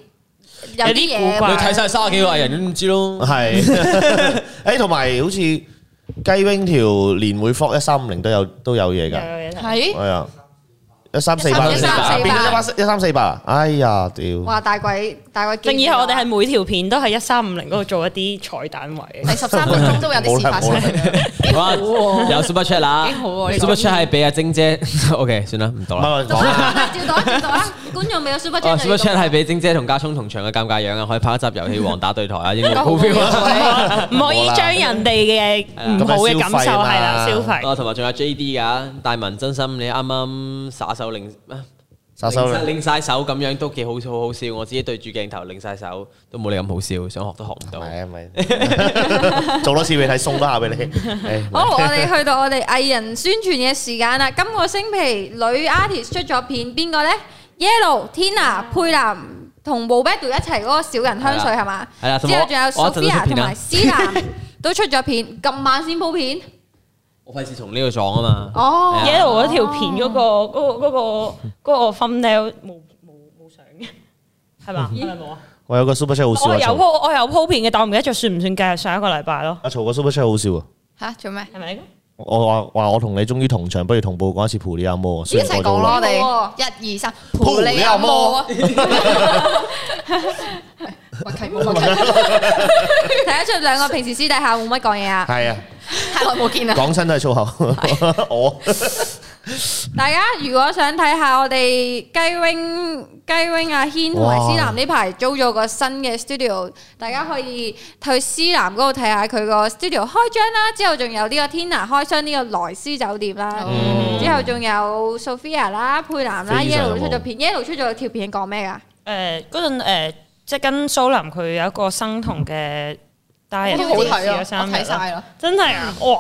Speaker 2: 有
Speaker 4: 有啲古
Speaker 2: 嘢
Speaker 4: 怪
Speaker 1: 你睇晒三十幾個藝人都唔知咯。
Speaker 3: 係， 誒，同埋好似雞 wing 條年會 f o 一三五零都有都有嘢㗎，
Speaker 5: 係
Speaker 3: 係啊，一三四八，
Speaker 1: 一三四八
Speaker 3: 變咗一一三四八啊！哎呀，屌！
Speaker 2: 哇！大鬼大鬼見
Speaker 4: 正
Speaker 2: 咗，
Speaker 4: 以後我哋係每條片都係一三五零嗰度做一啲彩蛋位。
Speaker 5: 第十三分鐘都會有啲事發 生咁樣。
Speaker 1: 哇，有 super chat 啦
Speaker 5: 幾好喎呢個
Speaker 1: ，super chat 係俾阿晶姐 ，OK，算啦，唔讀
Speaker 3: 唔
Speaker 2: 哦
Speaker 1: 啦。
Speaker 3: 係講啦。
Speaker 2: 照到啊照到啊！觀眾未有 super
Speaker 1: 哦
Speaker 2: chat 就
Speaker 1: ，super
Speaker 2: 要
Speaker 1: chat
Speaker 2: 讀
Speaker 1: 係俾晶姐同家聰同場嘅尷尬樣啊，可以拍一集遊戲王打對台啊，應該
Speaker 5: 好
Speaker 1: 好 feel 啊。
Speaker 4: 唔可以將人哋嘅唔好嘅感受
Speaker 3: 咁
Speaker 4: 係啦
Speaker 3: 啊
Speaker 4: 消
Speaker 3: 消費啊
Speaker 4: 費。
Speaker 3: 嘛
Speaker 1: 哦，同埋仲有 JD 噶，大文真心你啱啱耍手擰啊
Speaker 3: 殺手
Speaker 1: 擰擰晒手咁樣都幾好好好笑，我自己對住鏡頭擰晒手都冇你咁好笑，想學都學唔到。
Speaker 3: 咪咪， 做多次俾你睇，送多下俾你。誒
Speaker 2: 好，我哋去到我哋藝人宣傳嘅時間啦。今個星期女 artist 出咗片，邊個呢 Yellow、Tina、佩蘭同 m o b e d 一齊嗰個小人香水係嘛？
Speaker 1: 係啦
Speaker 2: 之
Speaker 1: 同埋
Speaker 2: 後仲有
Speaker 1: 我我一陣都出
Speaker 2: Sophia
Speaker 1: 片啊啦
Speaker 2: 同埋思南都出咗片，咁晚先鋪片。
Speaker 1: 我費事同呢個撞啊嘛。
Speaker 2: 哦
Speaker 1: 係啊
Speaker 4: Yellow 嗰條片嗰個嗰個嗰個嗰個 thumbnail 冇冇冇相嘅，係
Speaker 5: 嗯
Speaker 4: 嘛？係咪冇啊？
Speaker 3: 我有個 super chat 好笑
Speaker 4: 哦我有
Speaker 3: 啊，
Speaker 4: 鋪我有鋪片嘅，但我唔記得咗算唔算計係上一個禮拜咯。
Speaker 3: 阿曹個 super chat 好笑啊，
Speaker 5: 吓做咩？
Speaker 4: 係咪？
Speaker 3: 我話話我同你終於同場，不如同步講一次普利亞摩。啊
Speaker 5: 一齊講咯，我哋一二三，蒲你阿摩啊！默契冇默契，
Speaker 2: 睇得出兩個平時私底下冇乜講嘢啊！
Speaker 3: 係啊，
Speaker 5: 太耐冇見啦。
Speaker 3: 講真都係粗口。 我
Speaker 2: 大家如果想睇下我哋雞 wing 雞 wing 阿軒同埋思南呢排租咗個新嘅 studio，大家可以去思南嗰度睇下佢個 studio 開張啦，之後仲有呢個 Tina 開張呢個萊斯酒店啦，之後仲有 Sophia 啦、佩南啦
Speaker 3: 非常
Speaker 2: ，Yellow
Speaker 3: 好
Speaker 2: 出咗片，Yellow 出咗條片講咩㗎？
Speaker 4: 誒嗰陣誒，即係跟蘇林佢有一個生酮嘅 diet，
Speaker 5: 都好睇啊
Speaker 4: 試咗三日
Speaker 5: 我睇晒啦，
Speaker 4: 真係啊！哇，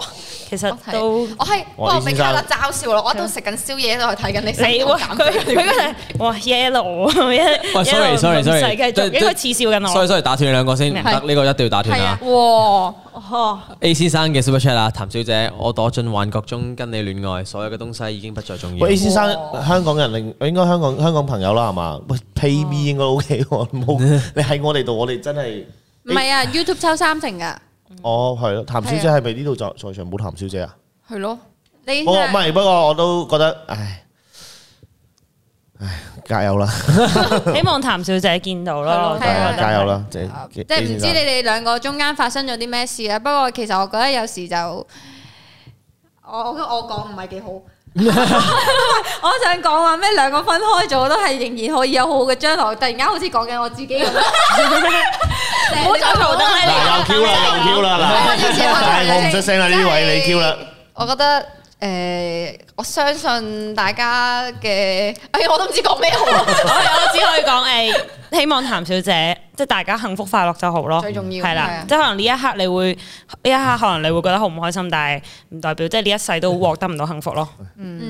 Speaker 4: 其實都
Speaker 5: 我係
Speaker 3: 哇
Speaker 5: 我
Speaker 3: 李
Speaker 5: 俾
Speaker 3: 先
Speaker 5: 卡
Speaker 3: 生
Speaker 5: 啦嘲笑啦，我喺度食緊宵夜喺度睇緊你食
Speaker 4: 你
Speaker 5: 減
Speaker 4: 哇佢
Speaker 5: 肥
Speaker 4: 佢嗰陣哇 yellow 啊
Speaker 1: 喂
Speaker 4: ，yellow
Speaker 1: ，sorry
Speaker 4: 唔
Speaker 1: sorry
Speaker 4: 使
Speaker 1: sorry，
Speaker 4: 繼續應該恥笑緊
Speaker 1: 所以
Speaker 4: 我。
Speaker 1: 所以打斷你兩個先，唔
Speaker 4: 咩
Speaker 1: 得呢個一定要打斷
Speaker 2: 係
Speaker 1: 啊
Speaker 2: 啊！
Speaker 5: 哇！
Speaker 4: 哦，
Speaker 1: A 先生嘅 super chat 啊，譚小姐，我躲進幻覺中跟你戀愛，所有嘅東西已經不再重要
Speaker 3: 喂。A 先生，香港人另應該香港香港朋友啦，係嘛？喂，PayMe 應該 OK 喎，冇你喺我哋度，我哋真係
Speaker 2: 唔係啊，YouTube 抽三成㗎，
Speaker 3: 哦係咯。譚小姐係咪呢度在在場冇譚小姐啊？
Speaker 5: 係咯，
Speaker 2: 你
Speaker 3: 我唔係，不過我都覺得，唉唉，加油啦，
Speaker 4: 希望譚小姐見到咯，
Speaker 2: 係啊
Speaker 3: 加油啦，
Speaker 2: 即
Speaker 3: 即
Speaker 2: 係唔知你哋兩個中間發生咗啲咩事啦。不過其實我覺得有時就我我我講唔係幾好。 我想講話咩？兩個分開咗都係仍然可以有好好嘅將來。突然間好似講緊我自己咁 樣，唔
Speaker 4: 好再嘈得啦你
Speaker 3: 嗱又 Q 啦，又 Q 啦，嗱，唉我唔出聲啦，呢位你 Q 啦，
Speaker 5: 我覺得誒，我相信大家嘅，哎呀，我都唔知講咩好啊。
Speaker 4: 我我只可以講誒，希望譚小姐即係大家幸福快樂就好咯，
Speaker 5: 最重要
Speaker 4: 係
Speaker 5: 係
Speaker 4: 啦
Speaker 5: 啊。
Speaker 4: 即係可能呢一刻你會呢一刻可能你會覺得好唔開心，但係唔代表即係呢一世都獲得唔到幸福咯。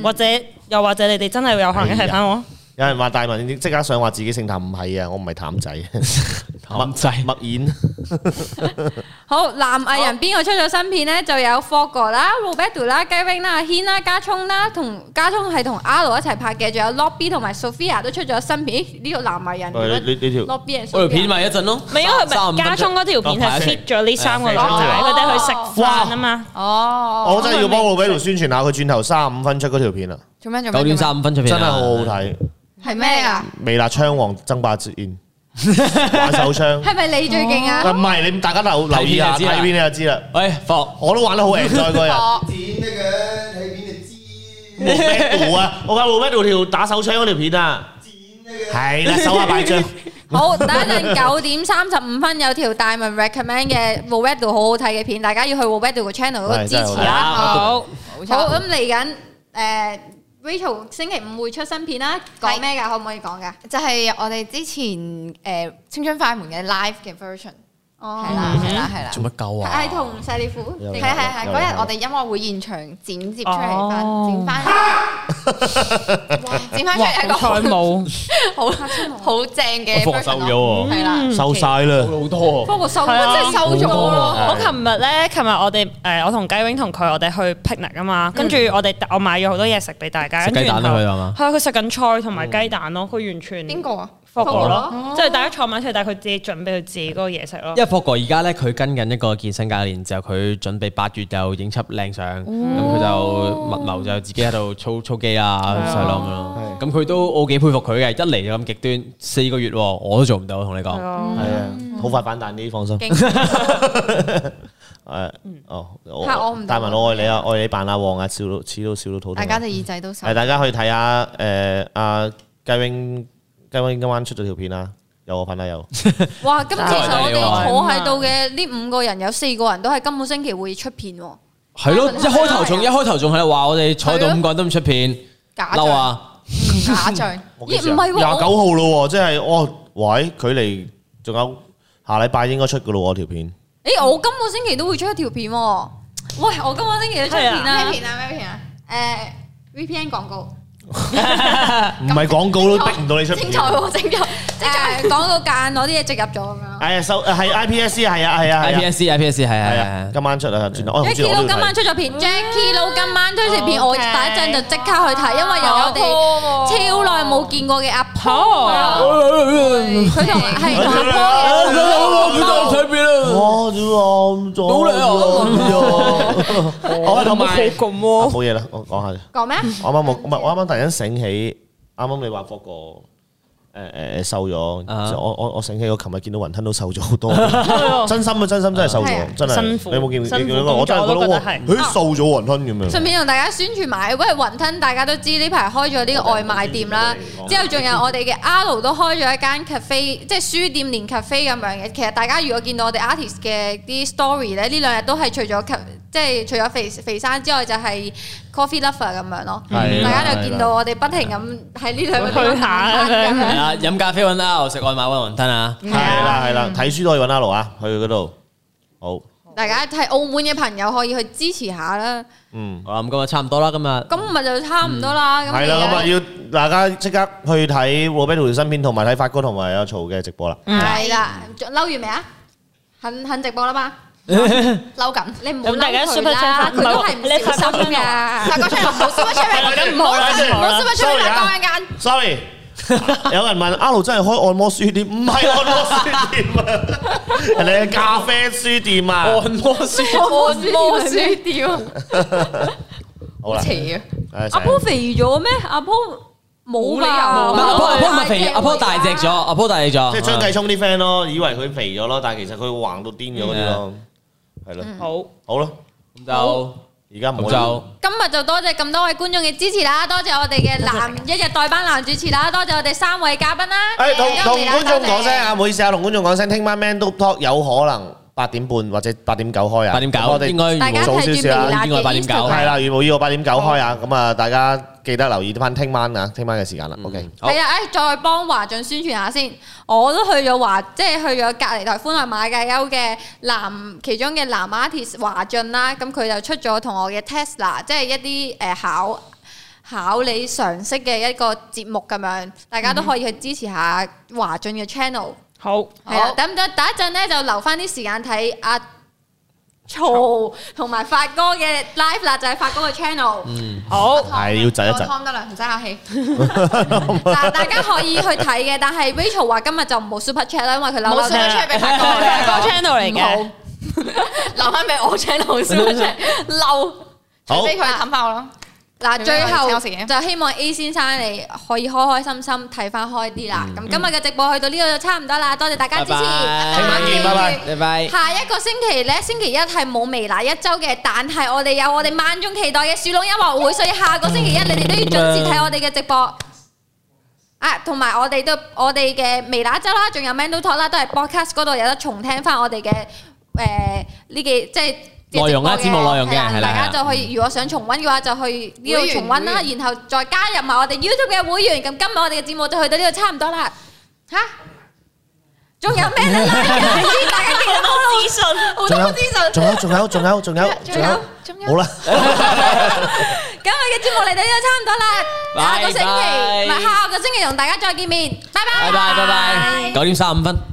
Speaker 4: 或者又或者你哋真係有可能一齊翻喎。
Speaker 3: 有人話大文即刻想話自己姓譚，唔係啊，我唔係譚仔，
Speaker 1: 譚仔
Speaker 3: 麥燕，
Speaker 2: 好，男藝人邊個出咗新片呢？就有 Fogg 啦、Roberto 啦、雞 wing 啦、阿軒啦、加聰啦，同加聰係同 R 一齊拍嘅，仲有 Lobby 同埋 Sophia 都出咗新片。咦呢個男藝人
Speaker 3: 喂你你呢條
Speaker 2: Lobby
Speaker 1: 我條片咪一陣咯，
Speaker 4: 唔係因為佢
Speaker 1: 35
Speaker 4: 咪加
Speaker 1: 分
Speaker 4: 聰
Speaker 1: 鐘
Speaker 4: 嗰條片
Speaker 1: 哦排
Speaker 4: 係
Speaker 1: 一
Speaker 4: fit
Speaker 1: 齊
Speaker 4: 咗呢三
Speaker 1: 啊
Speaker 4: 個女仔，
Speaker 3: 哦
Speaker 4: 佢哋去食飯啊嘛。
Speaker 5: 哦，
Speaker 3: 我真係要幫老俾度宣傳下，佢轉頭三五分出嗰條片啊，
Speaker 5: 做咩做咩？
Speaker 1: 九點三五分出片
Speaker 3: 真
Speaker 1: 啊，
Speaker 3: 係好好睇，
Speaker 5: 係咩啊？
Speaker 3: 微辣槍王爭霸戰，
Speaker 1: 啊
Speaker 3: 玩手槍，
Speaker 2: 係咪你最勁啊？
Speaker 3: 唔係你大家留留意下，
Speaker 1: 睇片就知啦
Speaker 3: 睇片你就知啦，
Speaker 1: 喂，放
Speaker 3: 我都玩得好 enjoy 嗰日。
Speaker 5: 哦，
Speaker 6: 剪得嘅，睇片就知。
Speaker 3: 冇咩度啊！我睇冇咩度條打手槍嗰條片啊，係啦，手下敗將，
Speaker 2: 好，等一陣九點三十五分有條大文 recommend 嘅 w o e d o 好好睇嘅片，大家要去 w o e d o 個 channel 嗰度
Speaker 3: 係
Speaker 2: 支
Speaker 3: 真係
Speaker 2: 持
Speaker 3: 好睇
Speaker 2: 啦。
Speaker 5: Ờ.
Speaker 4: 好，
Speaker 5: 冇
Speaker 2: 好，
Speaker 5: 錯。
Speaker 2: 咁嚟緊誒 Rachel 星期五會出新片啦，講咩㗎？可唔可以講㗎？
Speaker 5: 就係我哋之前誒青春快門嘅 live 嘅 version，
Speaker 2: 哦
Speaker 5: 係啦係啦係啦。
Speaker 1: 做乜鳩啊？
Speaker 2: 係同細利虎
Speaker 3: 有
Speaker 5: 係
Speaker 2: 定
Speaker 5: 係
Speaker 2: 係
Speaker 5: 係，嗰日我哋音樂會現場剪接出嚟
Speaker 4: 哦
Speaker 5: 翻，剪
Speaker 4: 好
Speaker 5: 翻，剪翻出嚟係一個好
Speaker 4: 彩冇，
Speaker 5: 好好正嘅 version 咯，係啦，
Speaker 3: 收晒啦，
Speaker 1: 好多
Speaker 2: 不過收
Speaker 4: 係啊
Speaker 5: 真係收咗
Speaker 1: 啊
Speaker 5: 咯，
Speaker 2: 啊
Speaker 4: 我琴日咧，琴日我哋誒我同雞 wing 同佢我哋去 picnic 啊嘛，跟住我哋我買咗好多嘢食俾大家，
Speaker 1: 嗯食
Speaker 4: 跟住
Speaker 1: 雞蛋啊
Speaker 4: 然後
Speaker 1: 佢係嘛
Speaker 4: 係啊，佢食緊菜同埋雞蛋咯，佢完全
Speaker 5: 邊個啊？
Speaker 4: 復我
Speaker 2: 哦
Speaker 4: 咯，即係大家坐埋一齊，但係佢自己準備佢自己嗰個嘢食咯
Speaker 1: 因。為 f o g 而家咧，佢跟緊一個健身教練，就佢準備八月就影輯靚相，咁佢就密謀就自己喺度操操機啊、細佬咁樣咯。咁佢都我幾佩服佢嘅，一嚟就咁極端，四個月喎我都做唔到，我同你
Speaker 4: 係
Speaker 1: 講。
Speaker 4: 啊
Speaker 3: 係啊，
Speaker 2: 嗯
Speaker 3: 好快反彈呢，放心。 誒，哦，
Speaker 2: 嚇嗯我唔到
Speaker 3: 大文，我愛你啊，愛你扮阿旺啊，笑到似到笑到肚痛。啊
Speaker 5: 大家隻耳仔都收
Speaker 3: 係，大家可以睇下誒阿雞 wing 雞 wing 今晚出咗條片啊，有我份啦有。
Speaker 2: 哇！咁其實我
Speaker 1: 真係
Speaker 2: 哋
Speaker 1: 喎
Speaker 2: 坐喺度嘅呢五個人有四個人都係今個星期會出片喎。
Speaker 1: 係咯，
Speaker 2: 係
Speaker 1: 一
Speaker 2: 啊
Speaker 1: 開頭仲一開頭仲喺度話我哋坐到
Speaker 5: 係啊
Speaker 1: 五個人都唔出片，
Speaker 5: 假
Speaker 1: 嬲
Speaker 5: 象，
Speaker 1: 啊！
Speaker 5: 假象。
Speaker 2: 咦唔係喎
Speaker 3: 廿九
Speaker 2: 我
Speaker 3: 號咯喎，即係哦，喂，距離仲有下禮拜應該出噶咯喎條片。
Speaker 2: 誒，我今個星期都會出一條片喎。喂，我今個星期都出片啦
Speaker 5: 咩。片啊？咩片啊？
Speaker 2: 誒 VPN 廣告。
Speaker 3: 唔係廣告都逼唔到你出
Speaker 5: 精
Speaker 3: 片。
Speaker 5: 彩喎，精彩！
Speaker 2: 誒講到間攞啲嘢植入咗咁樣。
Speaker 3: 係啊，收係 IPSC 係啊係啊係啊
Speaker 1: IPSC IPSC 係
Speaker 3: 係
Speaker 1: 係
Speaker 3: 啊，
Speaker 1: 係。
Speaker 3: 今晚出啊，轉頭哦，好似
Speaker 2: Jackie
Speaker 3: 我
Speaker 2: Lou
Speaker 3: 都要
Speaker 2: 今晚
Speaker 3: 睇。
Speaker 2: 出咗片，Jackie Lou 今晚出咗片，
Speaker 5: 嗯 OK
Speaker 2: 我第一陣就即刻去睇，因為有我哋超耐冇見過嘅阿婆，
Speaker 4: 好
Speaker 2: 佢同係同阿
Speaker 3: 好
Speaker 2: 婆
Speaker 3: 好好
Speaker 2: 嘅
Speaker 3: 好
Speaker 2: 老豆
Speaker 3: 哦
Speaker 1: 睇片啦
Speaker 3: 我屌我唔做，
Speaker 1: 冇理由
Speaker 3: 我
Speaker 1: 我同埋
Speaker 4: 咁喎，
Speaker 3: 冇嘢啦，我講下啫。
Speaker 2: 講咩？
Speaker 3: 我啱啱冇，唔係我啱啱突然間醒起，啱啱你話嗰個誒誒誒瘦咗，
Speaker 1: 啊
Speaker 3: 我我我醒起我琴日見到雲吞都瘦咗好多，真心啊真心真係瘦
Speaker 2: 係啊
Speaker 3: 咗，真係
Speaker 4: 辛苦
Speaker 3: 你有冇見
Speaker 4: 辛苦
Speaker 3: 你見到我
Speaker 4: 工作
Speaker 3: 真係覺
Speaker 4: 我都
Speaker 3: 得
Speaker 4: 覺
Speaker 3: 哇
Speaker 4: 得係
Speaker 3: 佢瘦咗雲吞 咁樣
Speaker 2: 順。便同大家宣傳埋，喂雲吞大家都知呢排開咗呢個外賣店 啦，之後仲有我哋嘅 R 都開咗一間 cafe，即係書店連 cafe 咁樣嘅。其實大家如果見到我哋 artist 嘅啲 story 咧，呢兩日都係除咗 ca- 即係除咗肥肥山之外，就係 coffee lover 咁樣咯。
Speaker 3: 係啦
Speaker 2: 大家就見
Speaker 3: 係
Speaker 2: 到我哋不停咁喺呢兩個地
Speaker 4: 去
Speaker 2: 方
Speaker 4: 下
Speaker 2: 行
Speaker 4: 咁
Speaker 1: 係
Speaker 2: 咁樣。
Speaker 1: 啦，飲咖啡揾啦，我食外賣揾雲吞啊。
Speaker 3: 係啦係啦，睇書都可以揾阿盧啊，去嗰度好
Speaker 2: 大家係澳門嘅朋友可以去支持下啦。
Speaker 3: 嗯。
Speaker 1: 好啦，咁今日差唔多啦，今日。
Speaker 2: 咁咪就差唔多啦。咁
Speaker 3: 係啦，咁啊要大家即刻去睇 Roberto 條新片，同埋睇發哥同埋阿曹嘅直播啦。
Speaker 2: 係啦，仲嬲完未啊？肯肯直播啦嘛，嬲緊，你唔好
Speaker 4: 咁大家
Speaker 2: 嬲佢
Speaker 4: super
Speaker 2: 啦，
Speaker 4: chat
Speaker 2: 佢都係唔
Speaker 4: 你發啊
Speaker 2: 小心
Speaker 5: 大
Speaker 2: 噶。
Speaker 5: 哥出嚟，唔好 super 出
Speaker 4: 係啦
Speaker 5: 嚟，
Speaker 4: 咁唔好啦
Speaker 5: 唔
Speaker 4: 唔好
Speaker 5: 好
Speaker 4: 啦
Speaker 5: super 出嚟，
Speaker 3: Sorry 啊
Speaker 5: 講緊間。
Speaker 3: Sorry，有人問阿盧真係開按摩書店，唔係按摩書店啊，人哋係咖啡書店啊。
Speaker 1: 按摩師
Speaker 2: 我
Speaker 5: 摩書店，
Speaker 3: 好啦，
Speaker 5: 邪啊！
Speaker 3: 唉
Speaker 2: 阿波肥咗咩？阿波
Speaker 1: 唔
Speaker 2: 冇吧？
Speaker 5: 冇理
Speaker 1: 係阿
Speaker 5: 由冇
Speaker 1: 波阿波唔係肥，阿波大隻咗，阿波大隻咗。
Speaker 3: 即係張繼聰啲 friend 咯，以為佢肥咗咯，但係其實佢橫到癲咗嗰啲咯，係咯，
Speaker 4: 好。
Speaker 3: 好啦，
Speaker 1: 咁就
Speaker 3: 而家唔好
Speaker 1: 咁就。
Speaker 2: 今日就多謝咁多位觀眾嘅支持啦，多謝我哋嘅男一日代班男主持啦，多謝我哋三位嘉賓啦。
Speaker 3: 誒同
Speaker 2: 多謝
Speaker 3: 同
Speaker 2: 你啦
Speaker 3: 觀眾講聲
Speaker 2: 多謝
Speaker 3: 啊，唔好意思啊，同觀眾講聲，聽晚 Man Do Talk 有可能八點半或者八點九開啊，
Speaker 1: 八點
Speaker 3: 咁我
Speaker 1: 九，
Speaker 3: 哋
Speaker 1: 應該
Speaker 2: 大家
Speaker 3: 早
Speaker 2: 睇
Speaker 3: 少
Speaker 2: 住微
Speaker 3: 少啊
Speaker 2: 辣
Speaker 1: 應該
Speaker 2: 嘅
Speaker 1: 八點九
Speaker 2: Instagram
Speaker 3: 係啦，如無意外八點九開啊，咁啊大家記得留意翻聽晚啊，聽晚嘅時間啦，OK。
Speaker 1: 好
Speaker 2: 係啊，誒，再幫華俊宣傳下先。我都去咗華，即係去咗隔離台歡樂馬介休嘅男，其中嘅男 artist 華俊啦。咁佢就出咗同我嘅 Tesla，即係一啲誒、呃考考你常識嘅一個節目咁樣，大家都可以去支持下華俊嘅 channel。
Speaker 4: 好，
Speaker 2: 係啊，等唔等？等一陣咧就留翻啲時間睇阿曹同埋發哥嘅 live 啦，就係、發哥嘅 channel。
Speaker 4: 好，
Speaker 3: 係要窒一窒
Speaker 5: 湯得啦，唔使客氣。
Speaker 2: 但大家可以去睇嘅，但係 Rachel 話今日就冇 super chat 啦，因為佢
Speaker 5: 冇
Speaker 2: 嬲嬲
Speaker 5: super 出
Speaker 2: 地
Speaker 5: 嚟俾發哥 嘅，
Speaker 4: 個 channel 嚟嘅，
Speaker 5: 留翻俾我 channel super 出嚟，嬲。
Speaker 3: 好
Speaker 5: 除非佢係冚翻我咯。
Speaker 2: 嗱，最
Speaker 5: 請
Speaker 2: 後
Speaker 5: 我食嘢
Speaker 2: 就希望 A 先生你可以開開心心睇翻開啲
Speaker 3: 嗯
Speaker 2: 啦。咁今日嘅直播去到呢度就差唔多啦，多謝大家
Speaker 1: 拜
Speaker 2: 支持。
Speaker 1: 拜，
Speaker 3: 聽晚見拜拜
Speaker 1: 拜拜。
Speaker 2: 下一個星期呢，星期一係冇微辣一周嘅，但係我哋有我哋萬眾期待嘅樹窿音樂會，所以下個星期一你哋都要準時睇我哋嘅直播。啊，同埋我哋都我哋嘅微辣一周啦，仲有 Mando Talk 啦，都係 podcast 嗰度有得重聽翻我哋嘅誒呢嘅即係。
Speaker 1: 內容啦
Speaker 2: 直播嘅
Speaker 1: 節目內容嘅
Speaker 2: 係
Speaker 1: 係啦
Speaker 2: 大
Speaker 1: 係
Speaker 2: 家
Speaker 1: 啦
Speaker 2: 就可以，如果想重温嘅話，就去呢
Speaker 5: 會
Speaker 2: 度
Speaker 5: 員
Speaker 2: 重温啦，
Speaker 5: 會
Speaker 2: 然後再加入埋我哋 YouTube 嘅會員。咁今日我哋嘅節目就去到呢度差唔多啦，嚇！仲有咩咧？ 大家記得 follow
Speaker 4: 資訊。
Speaker 2: 好多
Speaker 3: 仲有
Speaker 2: 資訊。
Speaker 3: 仲有仲有仲有仲有仲有，
Speaker 5: 仲
Speaker 3: 好啦，
Speaker 2: 今日嘅節目嚟到呢度差唔多啦，
Speaker 1: 拜
Speaker 2: 下個星期
Speaker 1: 拜
Speaker 2: 唔係下個星期同大家再見面，拜拜，
Speaker 1: 拜拜，拜拜，九點三十五分。